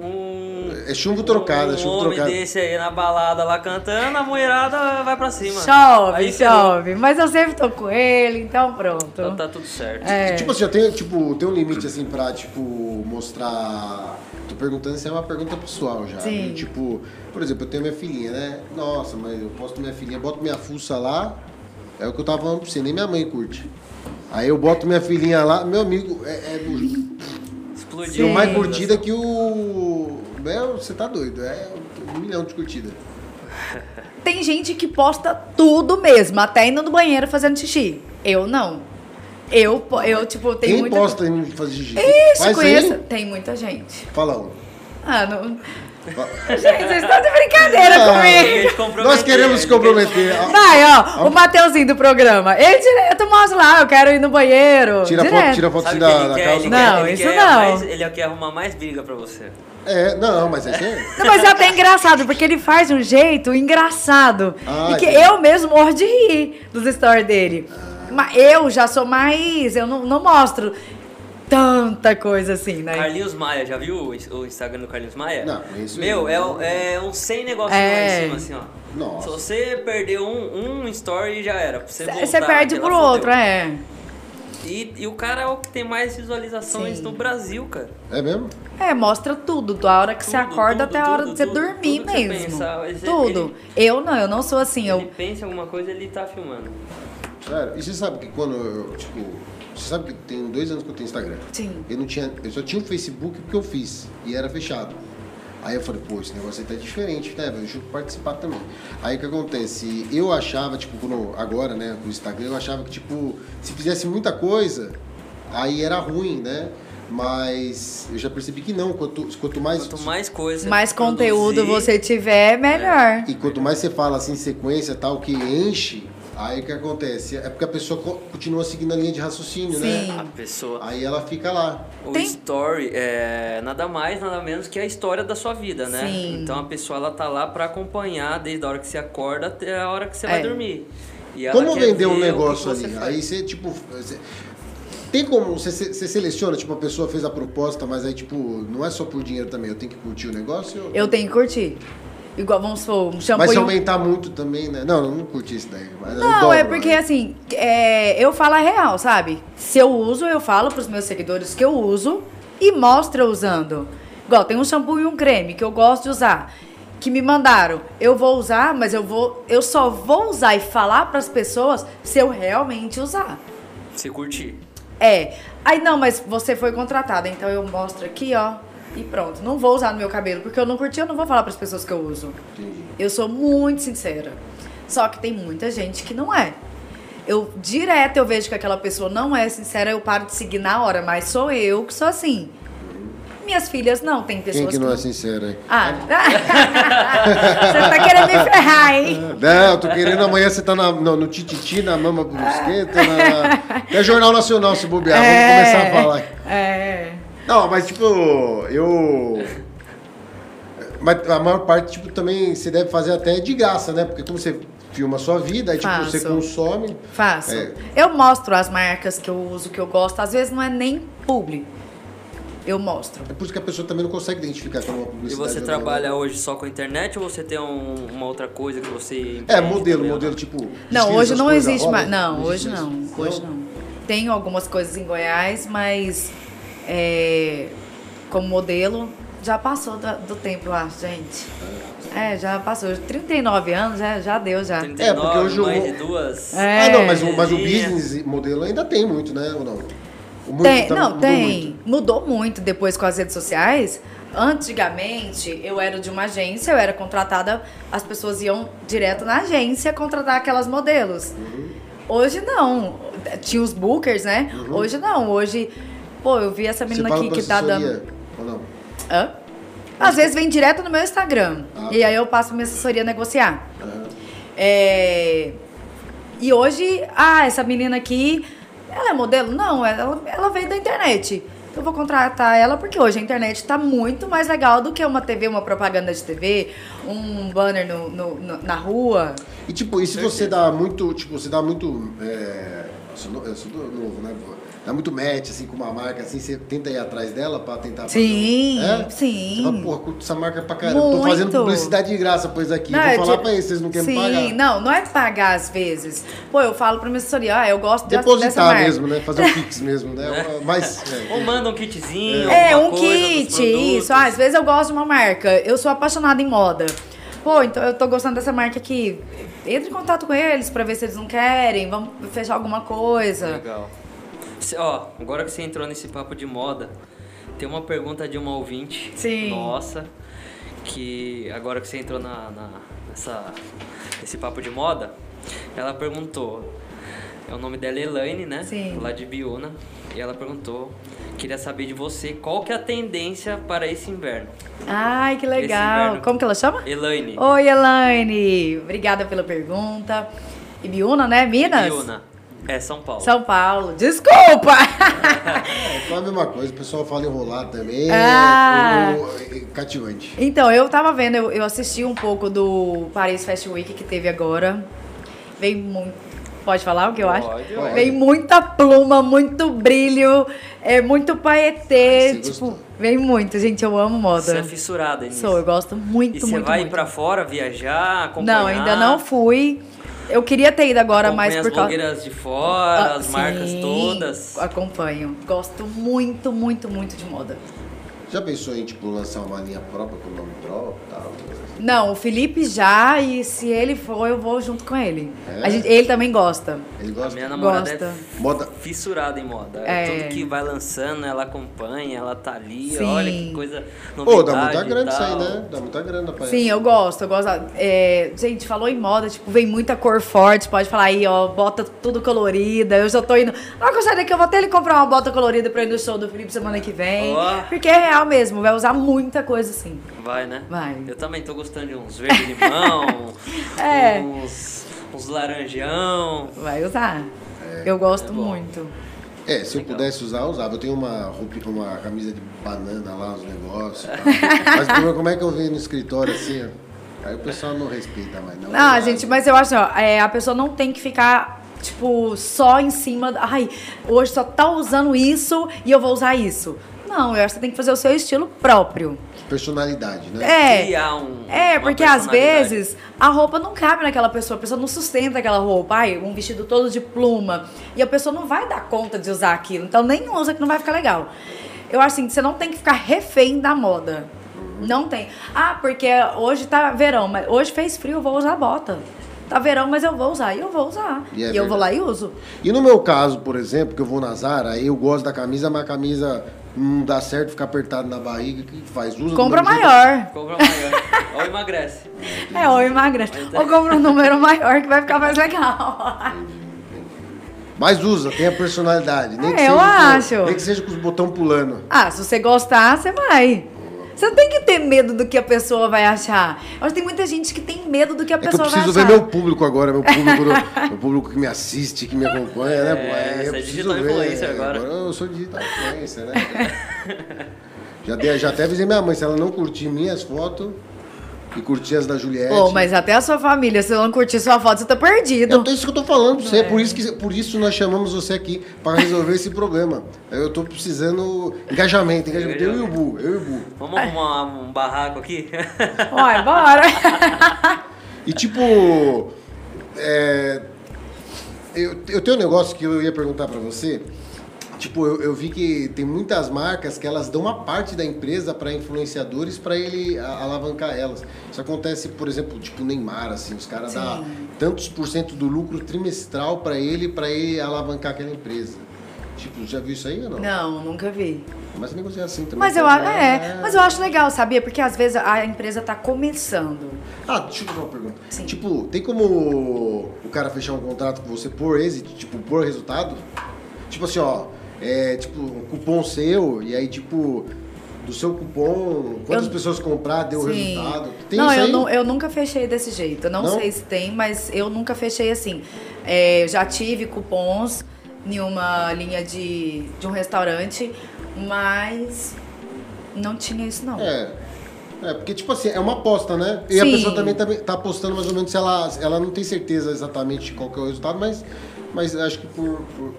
um-
É chumbo trocado, é
um
chumbo
homem
trocado.
desse aí na balada lá cantando, a mulherada vai pra cima.
Chove,
Aí ferrou.
chove. Mas eu sempre tô com ele, então pronto.
Então tá tudo certo.
É.
E, Tipo assim, eu tenho, tipo, tem um limite assim pra, tipo, mostrar. Tô perguntando se é uma pergunta pessoal já.
Sim.
né? Tipo, por exemplo, eu tenho minha filhinha, né? Nossa, mas eu posto minha filhinha, boto minha fuça lá. É o que eu tava falando pra você, nem minha mãe curte. Aí eu boto minha filhinha lá, meu amigo, é, é
Explodiu.
tem
Sim.
mais curtida que o. Meu, você tá doido, é um milhão de curtida.
Tem gente que posta tudo mesmo, até indo no banheiro fazendo xixi. Eu não. Eu, po- eu tipo, tenho
Quem
muita.
posta em fazer xixi?
Isso,
Faz aí.
conheço. Tem muita gente.
Fala um.
Ah, não.
Fala.
Gente, vocês estão de brincadeira
Ah.
comigo.
Ninguém te comprometeu,
Nós queremos se
ninguém te
comprometer.
Vai, ó, o Mateuzinho do programa. Ele direto mostra lá, eu quero ir no banheiro.
Tira a
direto.
foto, tira a foto assim
Sabe
da,
o que ele
da
quer?
calça.
Ele
Não,
quer, ele
isso
quer
não.
mais- ele quer arrumar mais briga pra você.
É, não, mas é sério.
Não, mas é até engraçado, porque ele faz de um jeito engraçado.
Ah,
e que
entendi.
eu mesmo morro de rir dos stories dele. Mas eu já sou mais. Eu não, não mostro tanta coisa assim, né?
Carlinhos Maia, já viu o o Instagram do Carlinhos Maia?
Não, isso
Meu,
não.
é, um- é um sem negócio
É.
lá em cima, assim, ó.
Nossa.
Se você perder um, um story, já era. Pra Você, voltar,
Você perde
aquela
pro
fudeu.
outro, é.
E, e o cara é o que tem mais visualizações
Sim.
no Brasil, cara.
É mesmo?
É, mostra tudo, da hora que você
Tudo,
acorda
tudo,
até a hora
tudo,
de você
tudo,
dormir
tudo que você
mesmo.
pensar, esse-
tudo. Eu não, eu não sou assim. Eu,
Ele pensa em alguma coisa, ele tá filmando.
Sério. E você sabe que quando eu, tipo, você sabe que tem dois anos que eu tenho Instagram.
Sim.
Eu não tinha, eu só tinha o Facebook porque eu fiz e era fechado. Aí eu falei, pô, esse negócio aí tá diferente, né? velho? Deixa eu participar também. Aí o que acontece? Eu achava, tipo, quando- agora, né, com o Instagram, eu achava que, tipo, se fizesse muita coisa, aí era ruim, né? Mas eu já percebi que não. Quanto, quanto mais.
Quanto mais coisa.
mais conteúdo
produzir, É.
você tiver, é melhor.
E quanto mais você fala assim, sequência tal, que enche, aí o que acontece? É porque a pessoa co- continua seguindo a linha de raciocínio, né?
Sim.
A pessoa.
Aí ela fica lá.
O
Tem-
story é nada mais, nada menos que a história da sua vida, né?
Sim.
Então a pessoa ela tá lá pra acompanhar desde a hora que você acorda até a hora que você vai
É.
dormir. E ela
Como
quer
vender um
ver o que
negócio
você
ali?
faz.
Aí você, tipo. você- Tem como. Você, se- você seleciona, tipo, a pessoa fez a proposta, mas aí, tipo, não é só por dinheiro também, eu tenho que curtir o negócio.
Eu tenho que curtir. Igual, vamos supor, um shampoo.
Mas se
e um-
aumentar muito também, né? Não, eu não curti isso daí. mas eu
Não,
dobro,
é porque
né?
assim, é, eu falo a real, sabe? Se eu uso, eu falo pros meus seguidores que eu uso e mostro eu usando. Igual, tem um shampoo e um creme que eu gosto de usar, que me mandaram. Eu vou usar, mas eu vou, eu só vou usar e falar pras pessoas se eu realmente usar.
Você curtir.
É. Aí não, mas você foi contratada, então eu mostro aqui, ó, e pronto. Não
assim,
vou usar no meu cabelo, porque eu não curti, eu não vou falar pras pessoas que eu uso.
Entendi.
Eu sou muito sincera. Só que tem muita gente que não é. Eu direto eu vejo que aquela pessoa não é sincera, eu paro de seguir na hora, mas sou eu que sou assim. Minhas filhas não, tem pessoas
Quem que não é sincero aí?
Ah, você tá querendo me ferrar, hein?
Não, Né, eu tô querendo amanhã você tá na, no, no tititi, na mama brusqueta, na... até Jornal Nacional se bobear, Tá, vamos começar a falar.
É.
Não, mas tipo, eu. Mas a maior parte, tipo, também você deve fazer até de graça, né? Porque como você filma a sua vida, aí tipo, você
Faço.
consome.
Faço.
É.
Eu mostro as marcas que eu uso, que eu gosto. Às vezes não é nem publi. Eu mostro.
É por isso que a pessoa também não consegue identificar como uma
E
publicidade.
você
né?
trabalha hoje só com a internet ou você tem um- uma outra coisa que você.
É,
empreende
modelo,
também?
modelo, tipo.
Não,
desfile,
hoje
essas
não
coisas,
existe
roda?
mais. Não, hoje
existe
não.
mais.
Hoje não. Tem algumas coisas em Goiás, mas é, como modelo, já passou da- do, tempo, eu acho, gente. É, já passou. 39 anos, já, já deu, já.
39,
É, porque hoje eu
mais
vou-
de duas.
É.
Ah, não,
É.
mas, o- mas o
Linha.
business modelo ainda tem muito, né? Ou não? O muito
Tem,
tá-
não,
mudou
tem.
muito.
Mudou muito depois com as redes sociais. Antigamente, eu era de uma agência, eu era contratada, as pessoas iam direto na agência contratar aquelas modelos.
Uhum.
Hoje não. Tinha os bookers, né? Hoje não. Hoje, pô, eu vi essa
Uhum. Você
menina
fala
aqui
pra
que tá dando.
assessoria, Ou não?
Hã? Às vezes vem direto no meu Instagram.
Ah,
e aí eu passo minha assessoria negociar.
Aham.
É, E hoje, ah, essa menina aqui, ela é modelo? Não, ela, ela veio da internet. Eu vou contratar ela porque hoje a internet tá muito mais legal do que uma TV, uma propaganda de TV, um banner no- no- no- na rua.
E tipo, e se você dá muito, tipo, você dá muito. É... Eu sou, no- eu sou do- novo, né? Dá muito match, assim, com uma marca, assim, você tenta ir atrás dela pra tentar. fazer-
Sim,
É?
sim.
Você fala, porra, curto essa marca pra caramba. Tô
Muito.
fazendo publicidade de graça pra isso aqui. Vou
é
falar
de-
pra eles, vocês não querem me pagar.
Sim, não, não é pagar às vezes. Pô, eu falo pra minha assessoria, ah, eu gosto dessa- dessa
Depositar
marca.
mesmo, né? Fazer um pix mesmo, né? Uma- Mas.
Ou
É.
manda um kitzinho.
É,
alguma
um
coisa dos
kit,
produtos.
isso. Ah, às vezes eu gosto de uma marca, eu sou apaixonada em moda. Pô, então eu tô gostando dessa marca aqui. Entre em contato com eles pra ver se eles não querem, vamos fechar alguma coisa.
Legal. Cê- ó, agora que você entrou nesse papo de moda, tem uma pergunta de uma ouvinte.
Sim.
Nossa. Que agora que você entrou na, na, nessa, nesse papo de moda, ela perguntou. é, O nome dela é Elaine, né?
Sim.
Lá de Biúna. E ela perguntou, queria saber de você qual que é a tendência para esse inverno.
Ai, que legal.
inverno-
Como que ela chama?
Elaine.
Oi, Elaine. Obrigada pela pergunta. Ibiúna, né? Minas?
Biúna. É, São Paulo.
São Paulo. Desculpa!
É a mesma coisa, o pessoal fala enrolar também.
Ah.
É, o- o- cativante.
Então, eu tava vendo, eu, eu assisti um pouco do Paris Fashion Week que teve agora. Vem muito. Pode falar o que eu acho?
Pode,
pode.
Vem muita pluma, muito brilho, é muito paetê.
Ai, você
tipo,
gostou.
vem muito, gente. Eu amo
Você
moda.
é fissurada hein?
Sou, eu gosto muito,
E
muito.
você vai
muito.
pra fora viajar, acompanhar?
Não, ainda não fui. Eu queria ter ido agora,
Acompanha
mas
as
por causa.
blogueiras de fora,
Ah,
as marcas
sim,
todas.
Acompanho. Gosto muito, muito, muito de moda.
Já pensou em, tipo, lançar uma linha própria com nome próprio e tal?
Não, o Felipe já, e se ele for, eu vou junto com ele.
É?
A gente- ele também gosta.
Ele
A
gosta.
minha namorada
Gosta.
é
Moda.
fissurada em moda.
É.
Tudo que vai lançando, ela acompanha, ela tá ali,
Sim.
olha que coisa novidade
Pô, dá muita
e
grana isso aí,
tal.
né? Dá muita grana pra
Sim, eu gosto, eu gosto. É, gente, falou em moda, tipo, vem muita cor forte, pode falar aí, ó, bota tudo colorida. Eu já tô indo. Ah, que eu sair daqui, eu vou até ele comprar uma bota colorida pra ir no show do Felipe semana que vem.
Ó.
Porque é real mesmo, vai usar muita coisa assim.
Vai, né?
Vai.
Eu também tô gostando de uns verde-limão,
É.
uns, uns laranjão.
Vai usar. eu gosto muito.
É, se eu pudesse usar, eu usava. Eu tenho uma roupa, uma camisa de banana lá, os negócios. e tal. mas primeiro, como é que eu venho no escritório assim? ó? Aí o pessoal não respeita mais, não.
Ah, gente, mas eu acho, ó, é, a pessoa não tem que ficar, tipo, só em cima. Ai, hoje só tá usando isso e eu vou usar isso. Não, eu acho que você tem que fazer o seu estilo próprio.
Personalidade, né?
É.
Criar um,
É,
uma
porque às
personalidade.
vezes a roupa não cabe naquela pessoa, a pessoa não sustenta aquela roupa, ai, um vestido todo de pluma, e a pessoa não vai dar conta de usar aquilo, então nem usa que não vai ficar legal. Eu acho assim, que você não tem que ficar refém da moda. Não tem. Ah, porque hoje tá verão, mas hoje fez frio, eu vou usar bota. Tá verão, mas eu vou usar, e eu vou usar.
E
E,
é
eu vou lá e uso.
E no meu caso, por exemplo, que eu vou na Zara, eu gosto da camisa, mas a camisa não dá certo ficar apertado na barriga, que faz uso.
Compra maior.
Compra maior. Ou emagrece.
É, ou emagrece. Ou compra um número maior que vai ficar mais legal.
Mas usa, tem a personalidade. Nem
É,
que
eu
seja com-
acho.
nem que seja com os botão pulando.
Ah, se você gostar, você vai. Você não tem que ter medo do que a pessoa vai achar. Eu acho que tem muita gente que tem medo do que a
É que eu
pessoa vai
preciso
achar.
ver meu público agora, meu público, meu público que me assiste, que me acompanha, né? pô?
É,
Aí
você
eu
é
preciso
digital
ver.
influencer agora.
eu sou digital influencer, né? já, dei- já até avisei minha mãe, se ela não curtir minhas fotos e curtir as da Juliette.
Pô, mas até a sua família, se ela não curtir sua foto, você tá
Eu
perdido.
tô, isso que eu tô falando pra você,
é.
por, isso que, por isso nós chamamos você aqui, pra resolver esse problema. Eu tô precisando engajamento, engajamento. Eu e o Bu, eu e o Bu.
Vamos arrumar um barraco aqui?
Vai, bora.
E tipo. é, eu, eu tenho um negócio que eu ia perguntar pra você. Tipo, eu, eu vi que tem muitas marcas que elas dão uma parte da empresa pra influenciadores pra ele a- alavancar elas. Isso acontece, por exemplo, tipo Neymar, assim, os caras dão tantos por cento do lucro trimestral pra ele pra ele alavancar aquela empresa. Tipo, já viu isso aí ou não?
Não, nunca vi.
Mas negócio é assim também.
Mas eu,
Então,
a- é, mas eu acho legal, sabia? Porque às vezes a empresa tá começando.
Ah, deixa eu fazer uma pergunta.
Sim.
Tipo, tem como o cara fechar um contrato com você por êxito, tipo, por resultado? Tipo assim, ó, é tipo um cupom seu e aí tipo do seu cupom, quantas
Eu-
pessoas comprar deu resultado? Tem
não,
isso
eu,
aí?
nu- eu nunca fechei desse jeito. Eu não,
Não?
sei se tem, mas eu nunca fechei assim. É, eu já tive cupons em uma linha de, de um restaurante, mas não tinha isso, não.
É. É, porque, tipo assim, é uma aposta, né? E a
Sim.
pessoa também tá, tá apostando mais ou menos se ela, ela não tem certeza exatamente qual que é o resultado, mas, mas acho que por. por-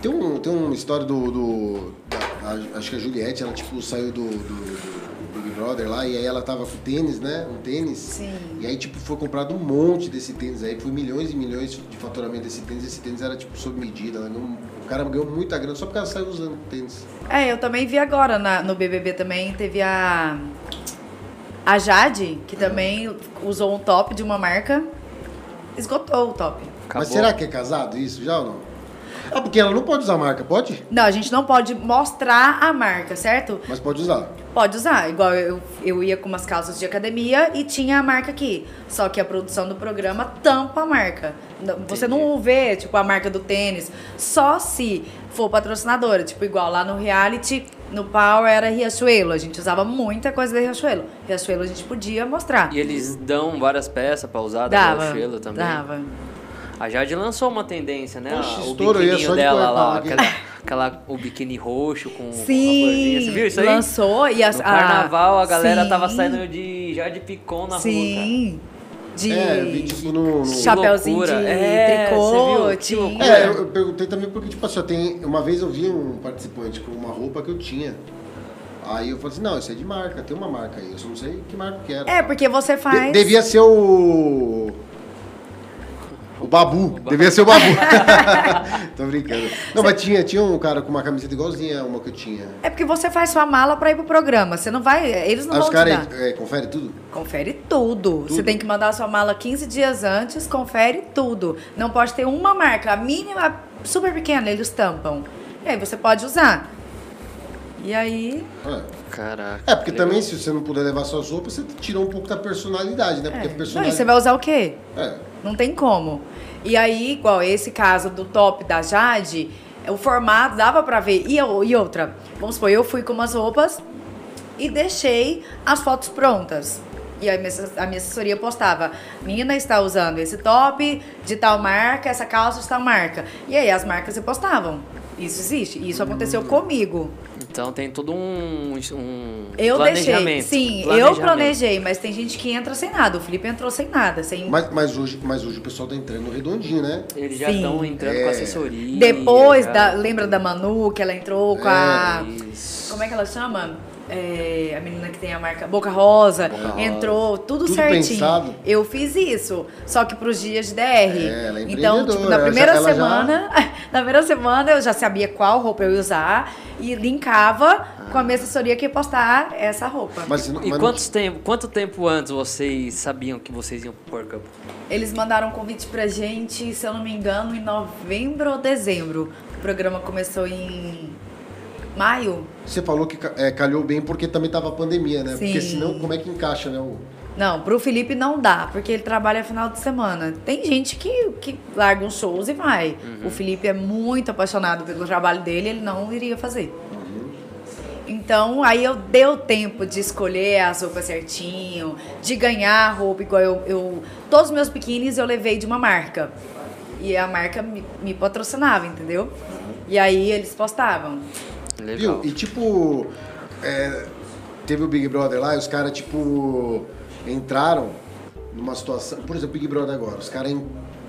Tem, um, tem uma história do. do- da- a- acho que a Juliette, ela tipo, saiu do, do- do Big Brother lá e aí ela tava com tênis, né? Um tênis.
Sim.
E aí, tipo, foi comprado um monte desse tênis aí, foi milhões e milhões de faturamento desse tênis. Esse tênis era, tipo, sob medida. ela ganhou- o cara ganhou muita grana só porque ela saiu usando o tênis.
É, eu também vi agora na- no BBB também, teve a a Jade, que também usou um top de uma marca, esgotou o top.
Acabou.
Mas será que é casado isso já ou não? Ah, porque ela não pode usar marca, pode?
Não, a gente não pode mostrar a marca, certo?
Mas pode usar.
Pode usar, igual eu, eu ia com umas calças de academia e tinha a marca aqui. Só que a produção do programa tampa a marca. Não- Você não vê, tipo, a marca do tênis. Só se for patrocinadora. Tipo, igual lá no reality, no Power era Riachuelo. A gente usava muita coisa da Riachuelo. Riachuelo a gente podia mostrar.
E eles dão várias peças pra usar, da
Uhum. dava,
Riachuelo também.
dava.
A Jade lançou uma tendência, né?
Poxa,
o
estouro, eu ia é só
biquininho
de
dela
cueca
lá,
aqui.
aquela, aquela- o biquíni roxo com, com a
Sim,
florzinha. Você viu isso aí?
lançou e as,
No
a-
carnaval a galera
sim,
tava saindo de Jade Picon na rua,
Sim. De
É, eu vi tipo no. no-
Chá-
chapéuzinho
loucura.
de
É,
tricô,
você viu? Que
de-
loucura.
É, eu, eu perguntei também porque, tipo assim, ó, tem, uma vez eu vi um participante com uma roupa que eu tinha. Aí eu falei assim, não, isso é de marca, tem uma marca aí, eu só não sei que marca que era.
É, porque você faz.
De- devia ser o. O babu. Devia ser o babu. Tô brincando. Não, mas tinha, tinha um cara com uma camiseta igualzinha a uma que eu tinha.
É porque você faz sua mala pra ir pro programa. Você não vai. Eles não
Aí os
vão te
caras
dar.
é, confere tudo?
Confere tudo. Você tem que mandar sua mala 15 dias antes, confere tudo. Não pode ter uma marca. A mínima, super pequena, eles tampam. E aí você pode usar. E aí.
É.
cara. Caraca.
É, porque
legal.
também se você não puder levar suas roupas, você tirou um pouco da personalidade, né? Porque
é.
a
Não, e
personalidade.
você vai usar o quê?
É.
Não tem como. E aí, igual esse caso do top da Jade, o formato dava pra ver. E, eu- e outra, vamos supor, eu fui com umas roupas e deixei as fotos prontas. E aí minha ass- a minha assessoria postava, menina está usando esse top de tal marca, essa calça de tal marca. E aí as marcas repostavam. Isso existe. Isso
Hum.
aconteceu comigo.
Então tem todo um, um
Eu deixei.
planejamento.
Sim, eu
planejamento.
planejei, mas tem gente que entra sem nada. O Felipe entrou sem nada, sem
Mas, mas hoje, mas hoje o pessoal tá entrando redondinho, né?
Eles já
Sim.
estão entrando
É.
com assessoria.
Depois,
já.
da, lembra da Manu, que ela entrou com a...
Isso.
Como é que ela chama? É, a menina que tem a marca Boca Rosa. entrou, tudo,
Tudo
certinho.
pensado.
Eu fiz isso, só que pros dias de DR.
ela é
então, tipo,
empreendedora,
na
ela
primeira
já- ela já-
semana... Na primeira semana, eu já sabia qual roupa eu ia usar e linkava com a minha assessoria que ia postar essa roupa.
Mas, não-
E
mas
quantos tempo, quanto tempo antes vocês sabiam que vocês iam pro Power Cup?
Eles mandaram um convite pra gente, se eu não me engano, em novembro ou dezembro. O programa começou em Maio?
Você falou que ca- é, calhou bem porque também tava a pandemia, né? Porque
Sim.
senão, como é que encaixa, né? o-
Não, pro Felipe não dá, porque ele trabalha final de semana. Tem gente que, que larga uns shows e vai. O Felipe é muito apaixonado pelo trabalho dele, ele não iria fazer. Então, aí eu deu tempo de escolher as roupas certinho, de ganhar a roupa igual eu, eu- Todos os meus biquínis eu levei de uma marca. E a marca me, me patrocinava, entendeu? E aí eles postavam.
Legal.
Viu? E tipo, é, teve o Big Brother lá e os caras, tipo, entraram numa situação. Por exemplo, Big Brother agora. Os caras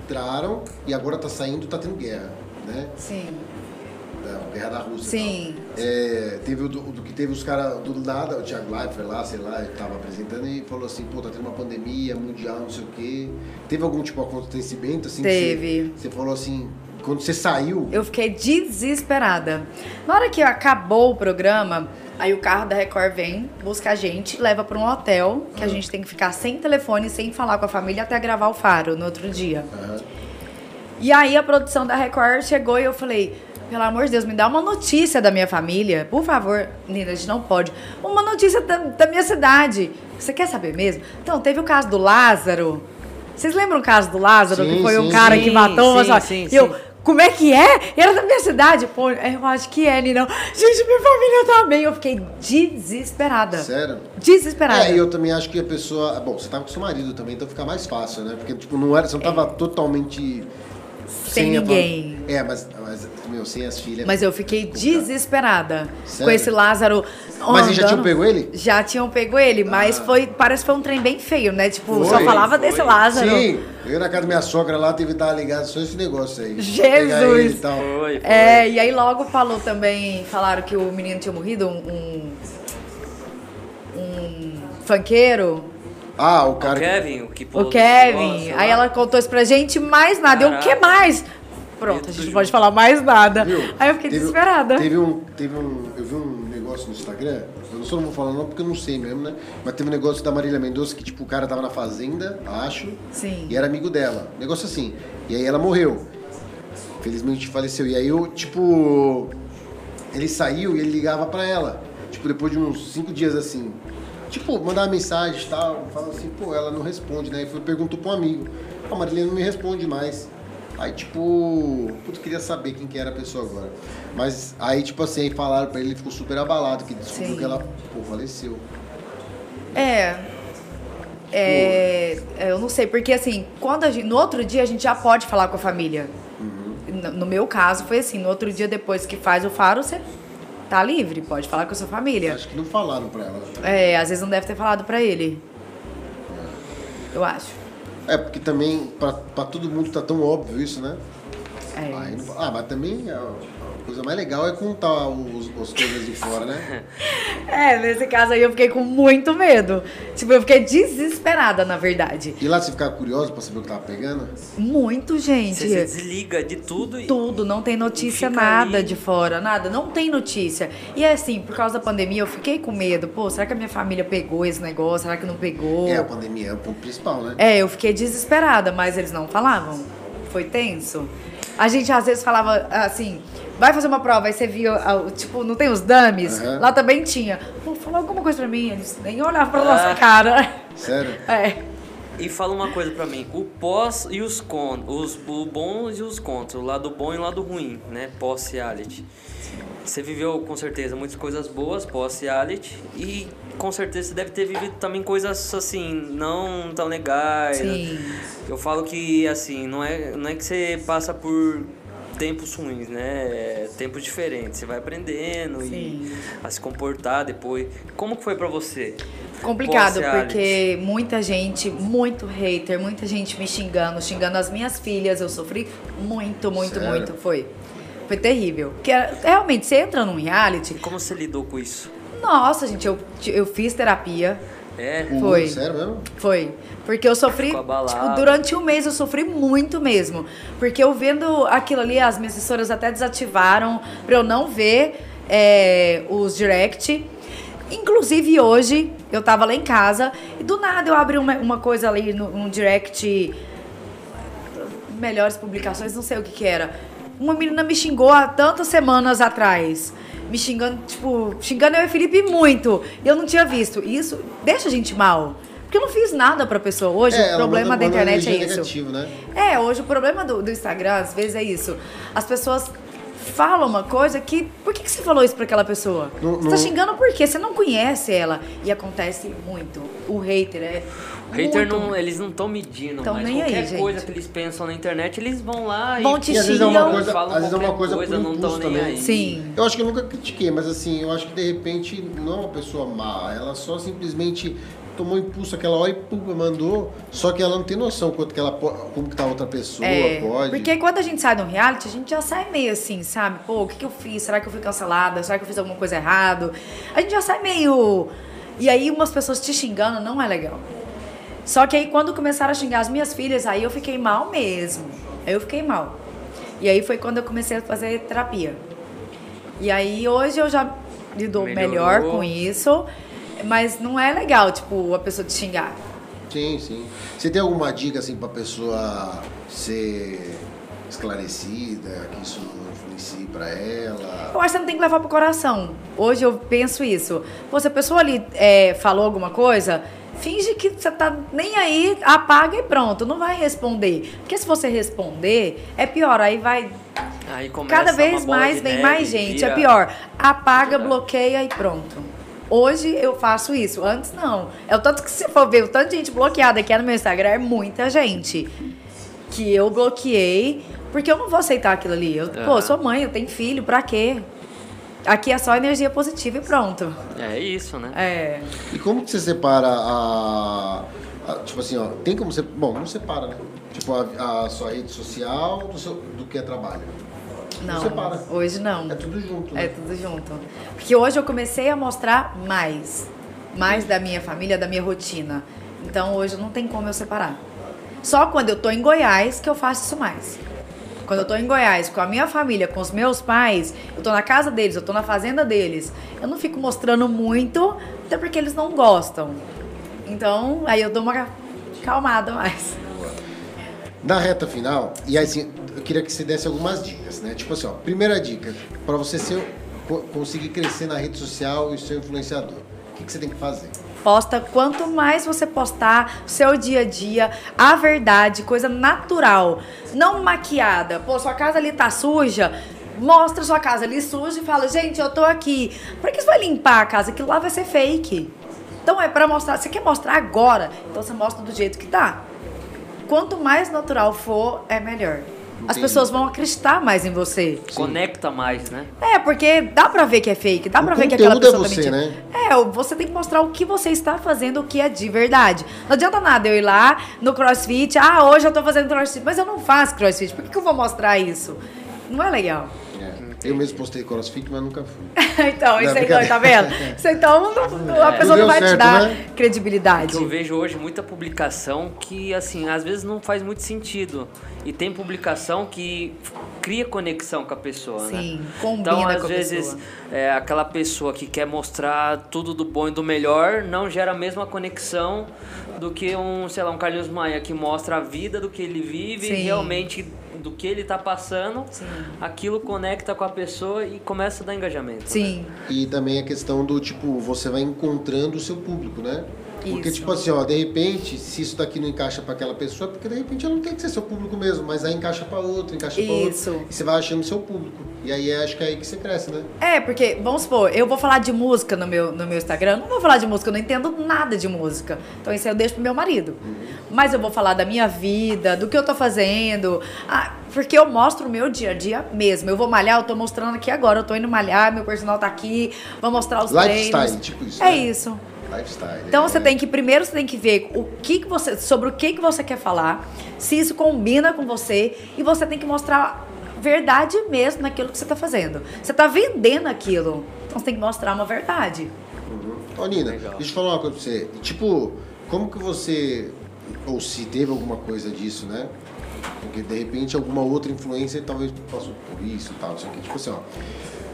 entraram e agora tá saindo, tá tendo guerra, né?
Sim,
Da guerra da Rússia. e tal.
sim.
É, teve o do, do que teve os caras do nada, o Thiago Leifert lá, sei lá, ele tava apresentando e falou assim, pô, tá tendo uma pandemia mundial, não sei o quê. Teve algum tipo de acontecimento assim? que
Teve.
Você, você falou assim, quando você saiu, tá
Eu fiquei desesperada. Na hora que acabou o programa, aí o carro da Record vem, busca a gente, leva pra um hotel, que a gente tem que ficar sem telefone, sem falar com a família até gravar o faro no outro dia.
Aham.
E aí a produção da Record chegou e eu falei: pelo amor de Deus, me dá uma notícia da minha família. Por favor, Nina, a gente não pode. Uma notícia da, da minha cidade. Você quer saber mesmo? Então, teve o caso do Lázaro. Vocês lembram o caso do Lázaro?
Sim,
que foi
sim,
um cara
sim.
que matou uma
Sim,
só-
sim,
E eu,
sim.
como é que é? Era da minha cidade? Pô, eu acho que é, Nina. Gente, minha família tá bem. Eu fiquei desesperada.
sério?
Desesperada.
É, e eu também acho que a pessoa. ah, Bom, você tava com seu marido também, então fica mais fácil, né? Porque, tipo, não era, você não tava totalmente.
É. Sem
a fam-
ninguém.
É, mas, mas, meu, sem as filhas.
Mas eu fiquei desesperada
Sério?
com esse Lázaro.
Mas eles já
andando.
tinham pego ele? Ah.
Já tinham pego ele, mas foi, parece que foi um trem bem feio, né? Tipo, só
Foi,
falava
foi.
desse Lázaro.
Sim, eu ia na casa da minha sogra lá, teve que estar ligado só esse negócio aí.
Jesus!
Pegar ele e tal.
Foi, foi.
É, e aí logo falou também, falaram que o menino tinha morrido, um. um, um funkeiro,
Ah, o cara.
O Kevin, o que
o
pulou do
Kevin.
negócio
aí
lá.
ela contou isso pra gente, mais nada. Eu, o que
Caraca. um.
mais? Pronto,
Isso
a gente não
junto.
pode falar mais nada.
Viu?
Aí eu fiquei
Teve- um-
desesperada.
Teve um, teve um. Eu vi um negócio no Instagram, eu não, só não vou falar não porque eu não sei mesmo, né? Mas teve um negócio da Marília Mendonça que, tipo, o cara tava na fazenda, acho.
Sim.
E era amigo dela. Negócio assim. E aí ela morreu. Felizmente faleceu. E aí eu, tipo. Ele saiu e ele ligava pra ela. Tipo, depois de uns cinco dias assim. Tipo, mandava mensagem e tal. Falava assim, pô, ela não responde, né? E foi perguntou pra um amigo. A Marília não me responde mais. Aí, tipo, puto, queria saber quem que era a pessoa agora. Mas aí, tipo assim, aí falaram pra ele, ele ficou super abalado, que descobriu
Sim.
que ela, pô, faleceu.
É. É, eu não sei, porque assim, quando a gente, no outro dia a gente já pode falar com a família.
Uhum.
No, no meu caso foi assim, no outro dia depois que faz o faro, você tá livre, pode falar com a sua família.
Acho que não falaram pra ela.
É, às vezes não deve ter falado pra ele. Eu acho.
É, porque também, pra, pra todo mundo tá tão óbvio isso, né?
É.
Aí não- ah, mas também a, a coisa mais legal é contar os, as coisas de fora, né?
É, nesse caso aí eu fiquei com muito medo. Tipo, eu fiquei desesperada, na verdade.
E lá você ficava curioso pra saber o que tava pegando?
Muito, gente.
Você se desliga de tudo e.
Tudo, não tem notícia
Fica
nada
ali.
de fora, nada, não tem notícia. E é assim, por causa da pandemia, eu fiquei com medo. Pô, será que a minha família pegou esse negócio? Será que não pegou?
É, a pandemia é o ponto principal, né?
É, eu fiquei desesperada, mas eles não falavam. Foi tenso. A gente às vezes falava assim, vai fazer uma prova, aí você via, ah, o- tipo, não tem os dummies?
Aham.
Lá também tinha. Pô, falou alguma coisa pra mim, eles nem olhavam pra nossa cara.
Ah. Sério?
É.
E fala uma coisa pra mim, o pós e os con, os o bons e os contra, o lado bom e o lado ruim, né? Pós reality. Você viveu com certeza muitas coisas boas pós reality e com certeza você deve ter vivido também coisas assim não tão legais. né?
Sim.
Eu falo que assim, não é não é que você passa por tempos ruins, né? É tempos diferentes, você vai aprendendo
Sim.
e a se comportar depois. Como que foi pra você?
Complicado,
Pós-reality.
porque muita gente, muito hater, muita gente me xingando, xingando as minhas filhas. Eu sofri muito, muito,
Sério?
muito. Foi. Foi terrível. Porque era- realmente, você entra num reality.
Como você lidou com isso?
Nossa, gente, eu, eu fiz terapia.
É,
Foi.
Sério mesmo?
Foi. Porque eu sofri,
Ficou abalado.
tipo, durante um mês eu sofri muito mesmo. Porque eu vendo aquilo ali, as minhas assessoras até desativaram pra eu não ver é, os direct. Inclusive hoje, eu tava lá em casa e do nada eu abri uma, uma coisa ali, no, um direct melhores publicações, não sei o que que era. Uma menina me xingou há tantas semanas atrás. me xingando, tipo, xingando eu e o Felipe muito. E eu não tinha visto. E isso deixa a gente mal. Porque eu não fiz nada pra pessoa. Hoje
É,
o
ela
problema
manda-
da
manda uma
internet é
energia
isso.
negativa, né?
É, hoje o problema do, do Instagram, às vezes, é isso. As pessoas falam uma coisa que. Por que, que você falou isso pra aquela pessoa?
No-
você
no-
tá xingando por quê? Você não conhece ela. E acontece muito. O hater é.
O hater
muito-
não, eles não estão medindo,
Tão
mas
nem aí,
qualquer
gente.
coisa que eles pensam na internet, eles vão lá
Vão
e
te
E às vezes é uma
xingam.
coisa,
falam
às vezes é uma
qualquer
coisa, por
não
impulso
tão nem
também.
aí.
Sim.
Eu acho que eu nunca critiquei, mas assim, eu acho que de repente não é uma pessoa má, ela só simplesmente tomou impulso aquela hora e pum, mandou, só que ela não tem noção quanto que ela po- como que tá a outra pessoa,
É,
pode.
porque quando a gente sai de um reality, a gente já sai meio assim, sabe? Pô, o que, que eu fiz? Será que eu fui cancelada? Será que eu fiz alguma coisa errada? A gente já sai meio. E aí, umas pessoas te xingando não é legal. Só que aí, quando começaram a xingar as minhas filhas, aí eu fiquei mal mesmo. Aí eu fiquei mal. E aí foi quando eu comecei a fazer terapia. E aí, hoje eu já lido
Melhorou.
melhor com isso. Mas não é legal, tipo, a pessoa te xingar.
Sim, sim. Você tem alguma dica assim pra pessoa ser esclarecida, que isso não influencie pra ela?
Eu acho que você não tem que levar pro coração. Hoje eu penso isso. Pô, se a pessoa ali é, falou alguma coisa, finge que você tá nem aí, apaga e pronto. Não vai responder. Porque se você responder, é pior. Aí vai.
Aí começa
Cada
uma
vez
bola
mais
de
vem
neve,
mais gente.
vira-
É pior. Apaga,
Verdade.
bloqueia e pronto. Hoje eu faço isso. Antes não. É o tanto que se for ver, o tanto de gente bloqueada que é no meu Instagram, é muita gente. Que eu bloqueei, porque eu não vou aceitar aquilo ali. Eu, Pô,
Aham.
sou mãe, eu tenho filho, pra quê? Aqui é só energia positiva e pronto.
É isso, né?
É.
E como que você separa a, a- tipo assim, ó, tem como você, bom, não separa, né? Tipo a, a sua rede social do, seu- do que é trabalho.
Não,
separa.
hoje não.
É tudo junto, né?
É tudo junto. Porque hoje eu comecei a mostrar mais. Mais da minha família, da minha rotina. Então hoje não tem como eu separar. Só quando eu tô em Goiás que eu faço isso mais. Quando eu tô em Goiás com a minha família, com os meus pais, eu tô na casa deles, eu tô na fazenda deles. Eu não fico mostrando muito, até porque eles não gostam. Então, aí eu dou uma calmada mais.
Na reta final, e aí assim, eu queria que você desse algumas dicas, né? Tipo assim, ó, primeira dica, para você ser, co- conseguir crescer na rede social e ser influenciador, o que, que você tem que fazer?
Posta quanto mais você postar o seu dia a dia, a verdade, coisa natural, não maquiada. Pô, sua casa ali tá suja, mostra sua casa ali suja e fala, gente, eu tô aqui. Pra que você vai limpar a casa? Aquilo lá vai ser fake. Então é pra mostrar, você quer mostrar agora, então você mostra do jeito que tá. Quanto mais natural for, é melhor. As
Entendi.
pessoas vão acreditar mais em você.
Conecta mais, né?
É, porque dá pra ver que é fake, dá
O
pra ver que aquela
conteúdo
pessoa
é
tá
você,
mentindo. É, o- você tem que mostrar o que você está fazendo, o que é de verdade. Não adianta nada eu ir lá no crossfit, ah, hoje eu tô fazendo crossfit, mas eu não faço crossfit, por que, que eu vou mostrar isso? Não é legal.
É, eu mesmo postei crossfit, mas nunca fui.
então, isso aí
brincadeira.
não, tá vendo? Isso então, não- não- a
É.
Não
pessoa
deu
não vai
certo,
te dar
né?
credibilidade.
Eu vejo hoje muita publicação que, assim, às vezes não faz muito sentido. E tem publicação que cria conexão com a pessoa, né?
Sim, combina
Então, às
com a
vezes,
pessoa.
é, aquela pessoa que quer mostrar tudo do bom e do melhor não gera a mesma conexão do que um, sei lá, um Carlinhos Maia que mostra a vida do que ele vive e
Sim.
realmente do que ele tá passando.
Sim.
Aquilo conecta com a pessoa e começa a dar engajamento.
Sim,
E também a questão do tipo, você vai encontrando o seu público, né? Porque,
Isso.
tipo assim, ó, de repente, se isso daqui não encaixa pra aquela pessoa, é porque de repente ela não tem que ser seu público mesmo, mas aí encaixa pra outro, encaixa pra
Isso.
outro. E você vai achando seu público. E aí acho que é aí que você cresce, né?
É, porque, vamos supor, eu vou falar de música no meu, no meu Instagram. Eu Não vou falar de música, eu não entendo nada de música. Então isso aí eu deixo pro meu marido. Mas eu vou falar da minha vida, do que eu tô fazendo. Ah, porque eu mostro o meu dia a dia mesmo. Eu vou malhar, eu tô mostrando aqui agora. Eu tô indo malhar, meu personal tá aqui. Vou mostrar os
Lifestyle,
treinos.
tipo isso.
É
né?
isso.
Lifestyle.
Então
é.
você tem que primeiro você tem que ver o que, que você sobre o que, que você quer falar, se isso combina com você e você tem que mostrar verdade mesmo naquilo que você está fazendo. Você está vendendo aquilo, então você tem que mostrar uma verdade.
Ô, Nina,
Legal.
deixa eu falar uma coisa pra você. Tipo, como que você. Ou se teve alguma coisa disso, né? Porque de repente alguma outra influência talvez passou por isso e tal, não sei o quê. Tipo assim, ó.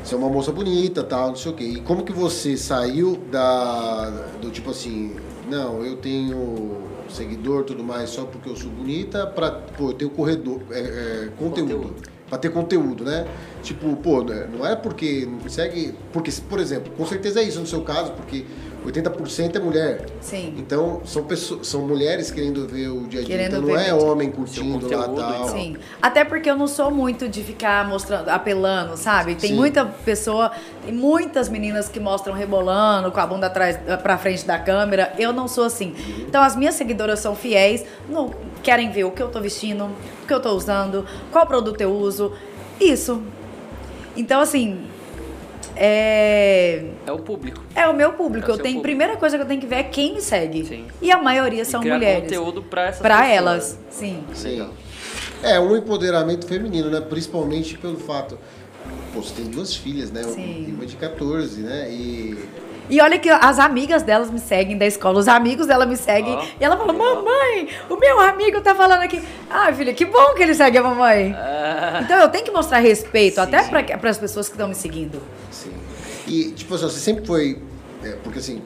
Você é uma moça bonita tal, não sei o quê. E como que você saiu da. do tipo assim. Não, eu tenho seguidor e tudo mais só porque eu sou bonita, pra. Pô, eu tenho corredor. é, é, conteúdo.
Conteúdo.
Pra ter conteúdo, né? Tipo, pô, né, não é porque não consegue. Porque, por exemplo, com certeza é isso no seu caso, porque 80% é mulher.
Sim.
Então, são, pessoas, são mulheres querendo ver o dia a dia.
Querendo
Então, não
ver
é
mesmo.
homem curtindo lá
conteúdo,
tal.
então.
Sim. Até porque eu não sou muito de ficar mostrando, apelando, sabe? Tem
Sim.
muita pessoa, tem muitas meninas que mostram rebolando, com a bunda atrás pra frente da câmera. Eu não sou assim. Então as minhas seguidoras são fiéis, não querem ver o que eu tô vestindo, o que eu tô usando, qual produto eu uso. Isso. Então, assim. É.
É o público.
É o meu público.
É o
eu
seu
tenho,
público.
primeira coisa que eu tenho que ver é quem me segue.
Sim.
E a maioria
E
são
criar
mulheres.
conteúdo pra essas
Pra
pessoas.
elas, sim.
Sim. É um empoderamento feminino, né? Principalmente pelo fato. Pô, você tem duas filhas, né?
Sim.
Uma de 14, né? E.
E olha que as amigas delas me seguem da escola, os amigos dela me seguem.
Ó.
E ela fala, mamãe, o meu amigo tá falando aqui. Ah, filha, que bom que ele segue a mamãe.
Ah,
Então eu tenho que mostrar respeito,
Sim, sim.
até para as pessoas que estão me seguindo.
Sim. assim, E, tipo assim, você sempre foi. é, porque assim,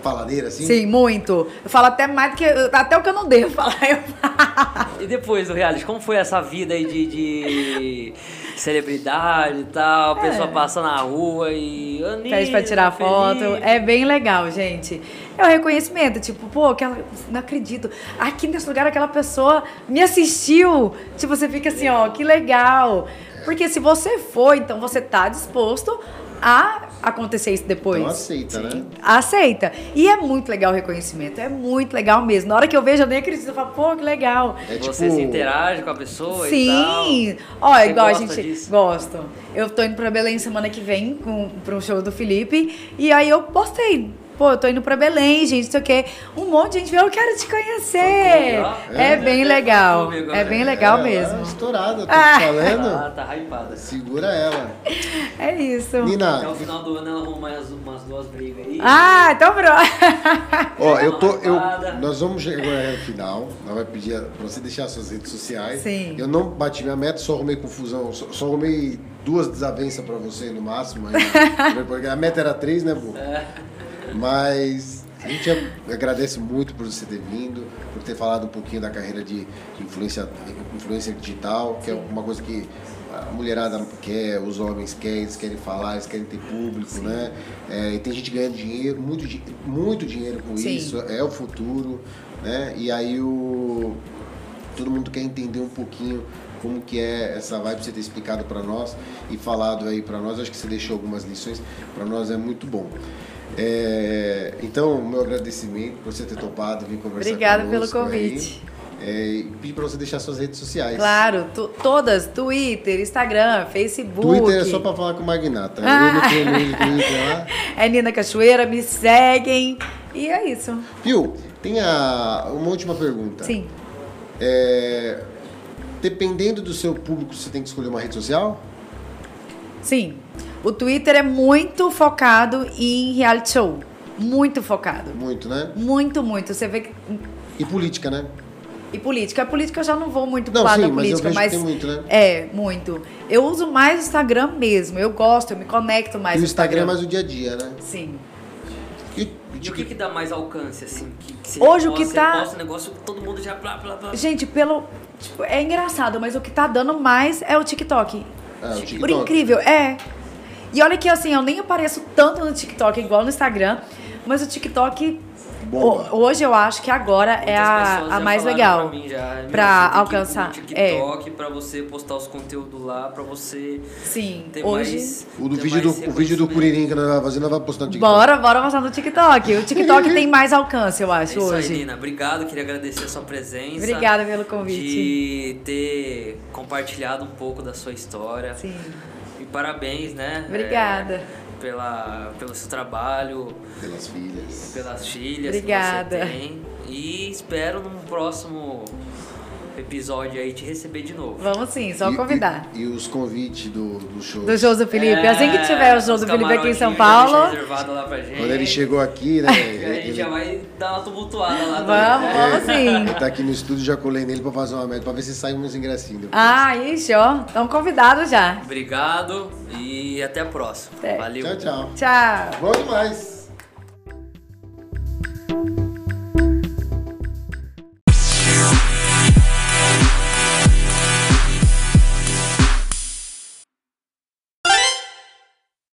faladeira, assim?
Sim. muito. Eu falo até mais do que. Até o que eu não devo falar. Eu falo.
e depois do reality, como foi essa vida aí de, de celebridade e tal? A pessoa passa na rua e. Anitta,
É. Pede pra tirar
Felipe.
foto. É bem legal, gente. É o reconhecimento, tipo, pô, aquela. Não acredito. Aqui nesse lugar aquela pessoa me assistiu. Tipo, você fica assim, ó, que legal. Porque se você for, então você tá disposto a acontecer isso depois.
Então aceita, né?
Aceita. E é muito legal o reconhecimento. É muito legal mesmo. Na hora que eu vejo, eu nem acredito. Eu falo, pô, que legal.
É tipo.
Você se interage com a pessoa e tal?
Sim! Ó,
Você
igual a
gosta
gente.
disso?
Gosto. Eu tô indo pra Belém semana que vem com, pra um show do Felipe. E aí eu postei. Pô, eu tô indo pra Belém, gente, não sei o quê. Um monte de gente veio, eu quero te conhecer.
Fã clube, ó.
É
É,
bem
né? Fã
legal.
clube agora,
É bem
né?
legal
ela
mesmo.
Estourada, tô te
Ah.
Ah,
falando.
tá hypada.
Segura ela.
É isso.
Até o
Nina,
final do ano ela arruma mais umas duas brigas aí.
Ah, então pronto.
ó, eu tô. Eu,
Arrombada.
nós vamos chegar agora no final. Nós vai pedir a- pra você deixar suas redes sociais.
Sim.
Eu não bati minha meta, só arrumei confusão. Só, só arrumei duas desavenças pra você no máximo. aí. Porque a meta era três, né, Bu? Mas a gente a- agradece muito por você ter vindo, por ter falado um pouquinho da carreira de influência, influencer digital, que é uma coisa que a mulherada quer, os homens querem, eles querem falar, eles querem ter público, né? É, e tem gente ganhando dinheiro, muito, di- muito dinheiro com
Sim.
isso, é o futuro, né? E aí o todo mundo quer entender um pouquinho como que é essa vibe você ter explicado para nós e falado aí para nós. Acho que você deixou algumas lições para nós é muito bom. É, então meu agradecimento por você ter topado vir conversar.
Obrigada
conosco
pelo
aí.
convite.
É, e pedir para você deixar suas redes sociais.
Claro, tu- todas, Twitter, Instagram, Facebook.
Twitter é só para falar com o Magnata. Eu não tenho nenhum Twitter lá.
É Nina Cachoeira, me seguem. E é isso.
Viu? Tem a, uma última pergunta.
Sim.
É, dependendo do seu público, você tem que escolher uma rede social?
Sim. O Twitter é muito focado em reality show. Muito focado.
Muito, né?
Muito, muito. Você vê que.
E política, né?
E política. A política eu já não vou muito pro
Não,
lado
sim,
da
mas eu
política,
vejo
mas.
que tem muito, né?
É, muito. Eu uso mais o Instagram mesmo. Eu gosto, eu me conecto mais.
e o
no
Instagram é mais o dia a dia, né?
Sim.
E, e
E o que, que dá mais alcance, assim? Que, que você
Hoje o
posta,
que tá-
Você posta um negócio que todo mundo já... Blá, blá, blá.
Gente, pelo. tipo, é engraçado, mas o que tá dando mais é o TikTok.
Ah, o
Por
TikTok.
incrível, é. E olha que assim, eu nem apareço tanto no TikTok igual no Instagram, mas o TikTok.
Bomba.
ho- hoje eu acho que agora é
Muitas
a,
pessoas
a
já
mais
falaram
legal.
Pra, mim já, "Meu, você
pra
tem que ir
alcançar.
pro
É.
TikTok, pra você postar os conteúdos lá, pra você
Sim.
ter
hoje.
mais...
O do
ter
vídeo do,
mais
o vídeo do né?
reconhecimento.
Curirim que nós vamos fazer, nós vamos postar no TikTok.
Bora, bora passar no TikTok. O TikTok tem mais alcance, eu
É
acho,
isso aí,
hoje.
Nina. Obrigado, queria agradecer a sua presença.
Obrigada pelo convite.
De ter compartilhado um pouco da sua história.
Sim.
E parabéns, né?
Obrigada.
é, pela, pelo seu trabalho,
Pelas filhas.
pelas filhas
Obrigada.
que você tem. E espero num próximo episódio aí te receber de novo.
Vamos sim, só
E-
convidar.
E, e os convites do, do show.
Do José Felipe.
É,
assim que tiver o
os
José Felipe aqui em São
camarotinhos já
Paulo.
deixa reservado lá pra gente.
Quando ele chegou aqui, né?
A gente
ele,
já vai dar uma tumultuada lá né?
Vamos, vamos
ele
sim.
tá aqui no estúdio, já colei nele pra fazer uma média, pra ver se sai uns ingressinhos. depois.
Ah, ixi, ó. Estão convidados já.
Obrigado e até a próxima.
Até.
Valeu.
Tchau, tchau.
Tchau.
Bom demais.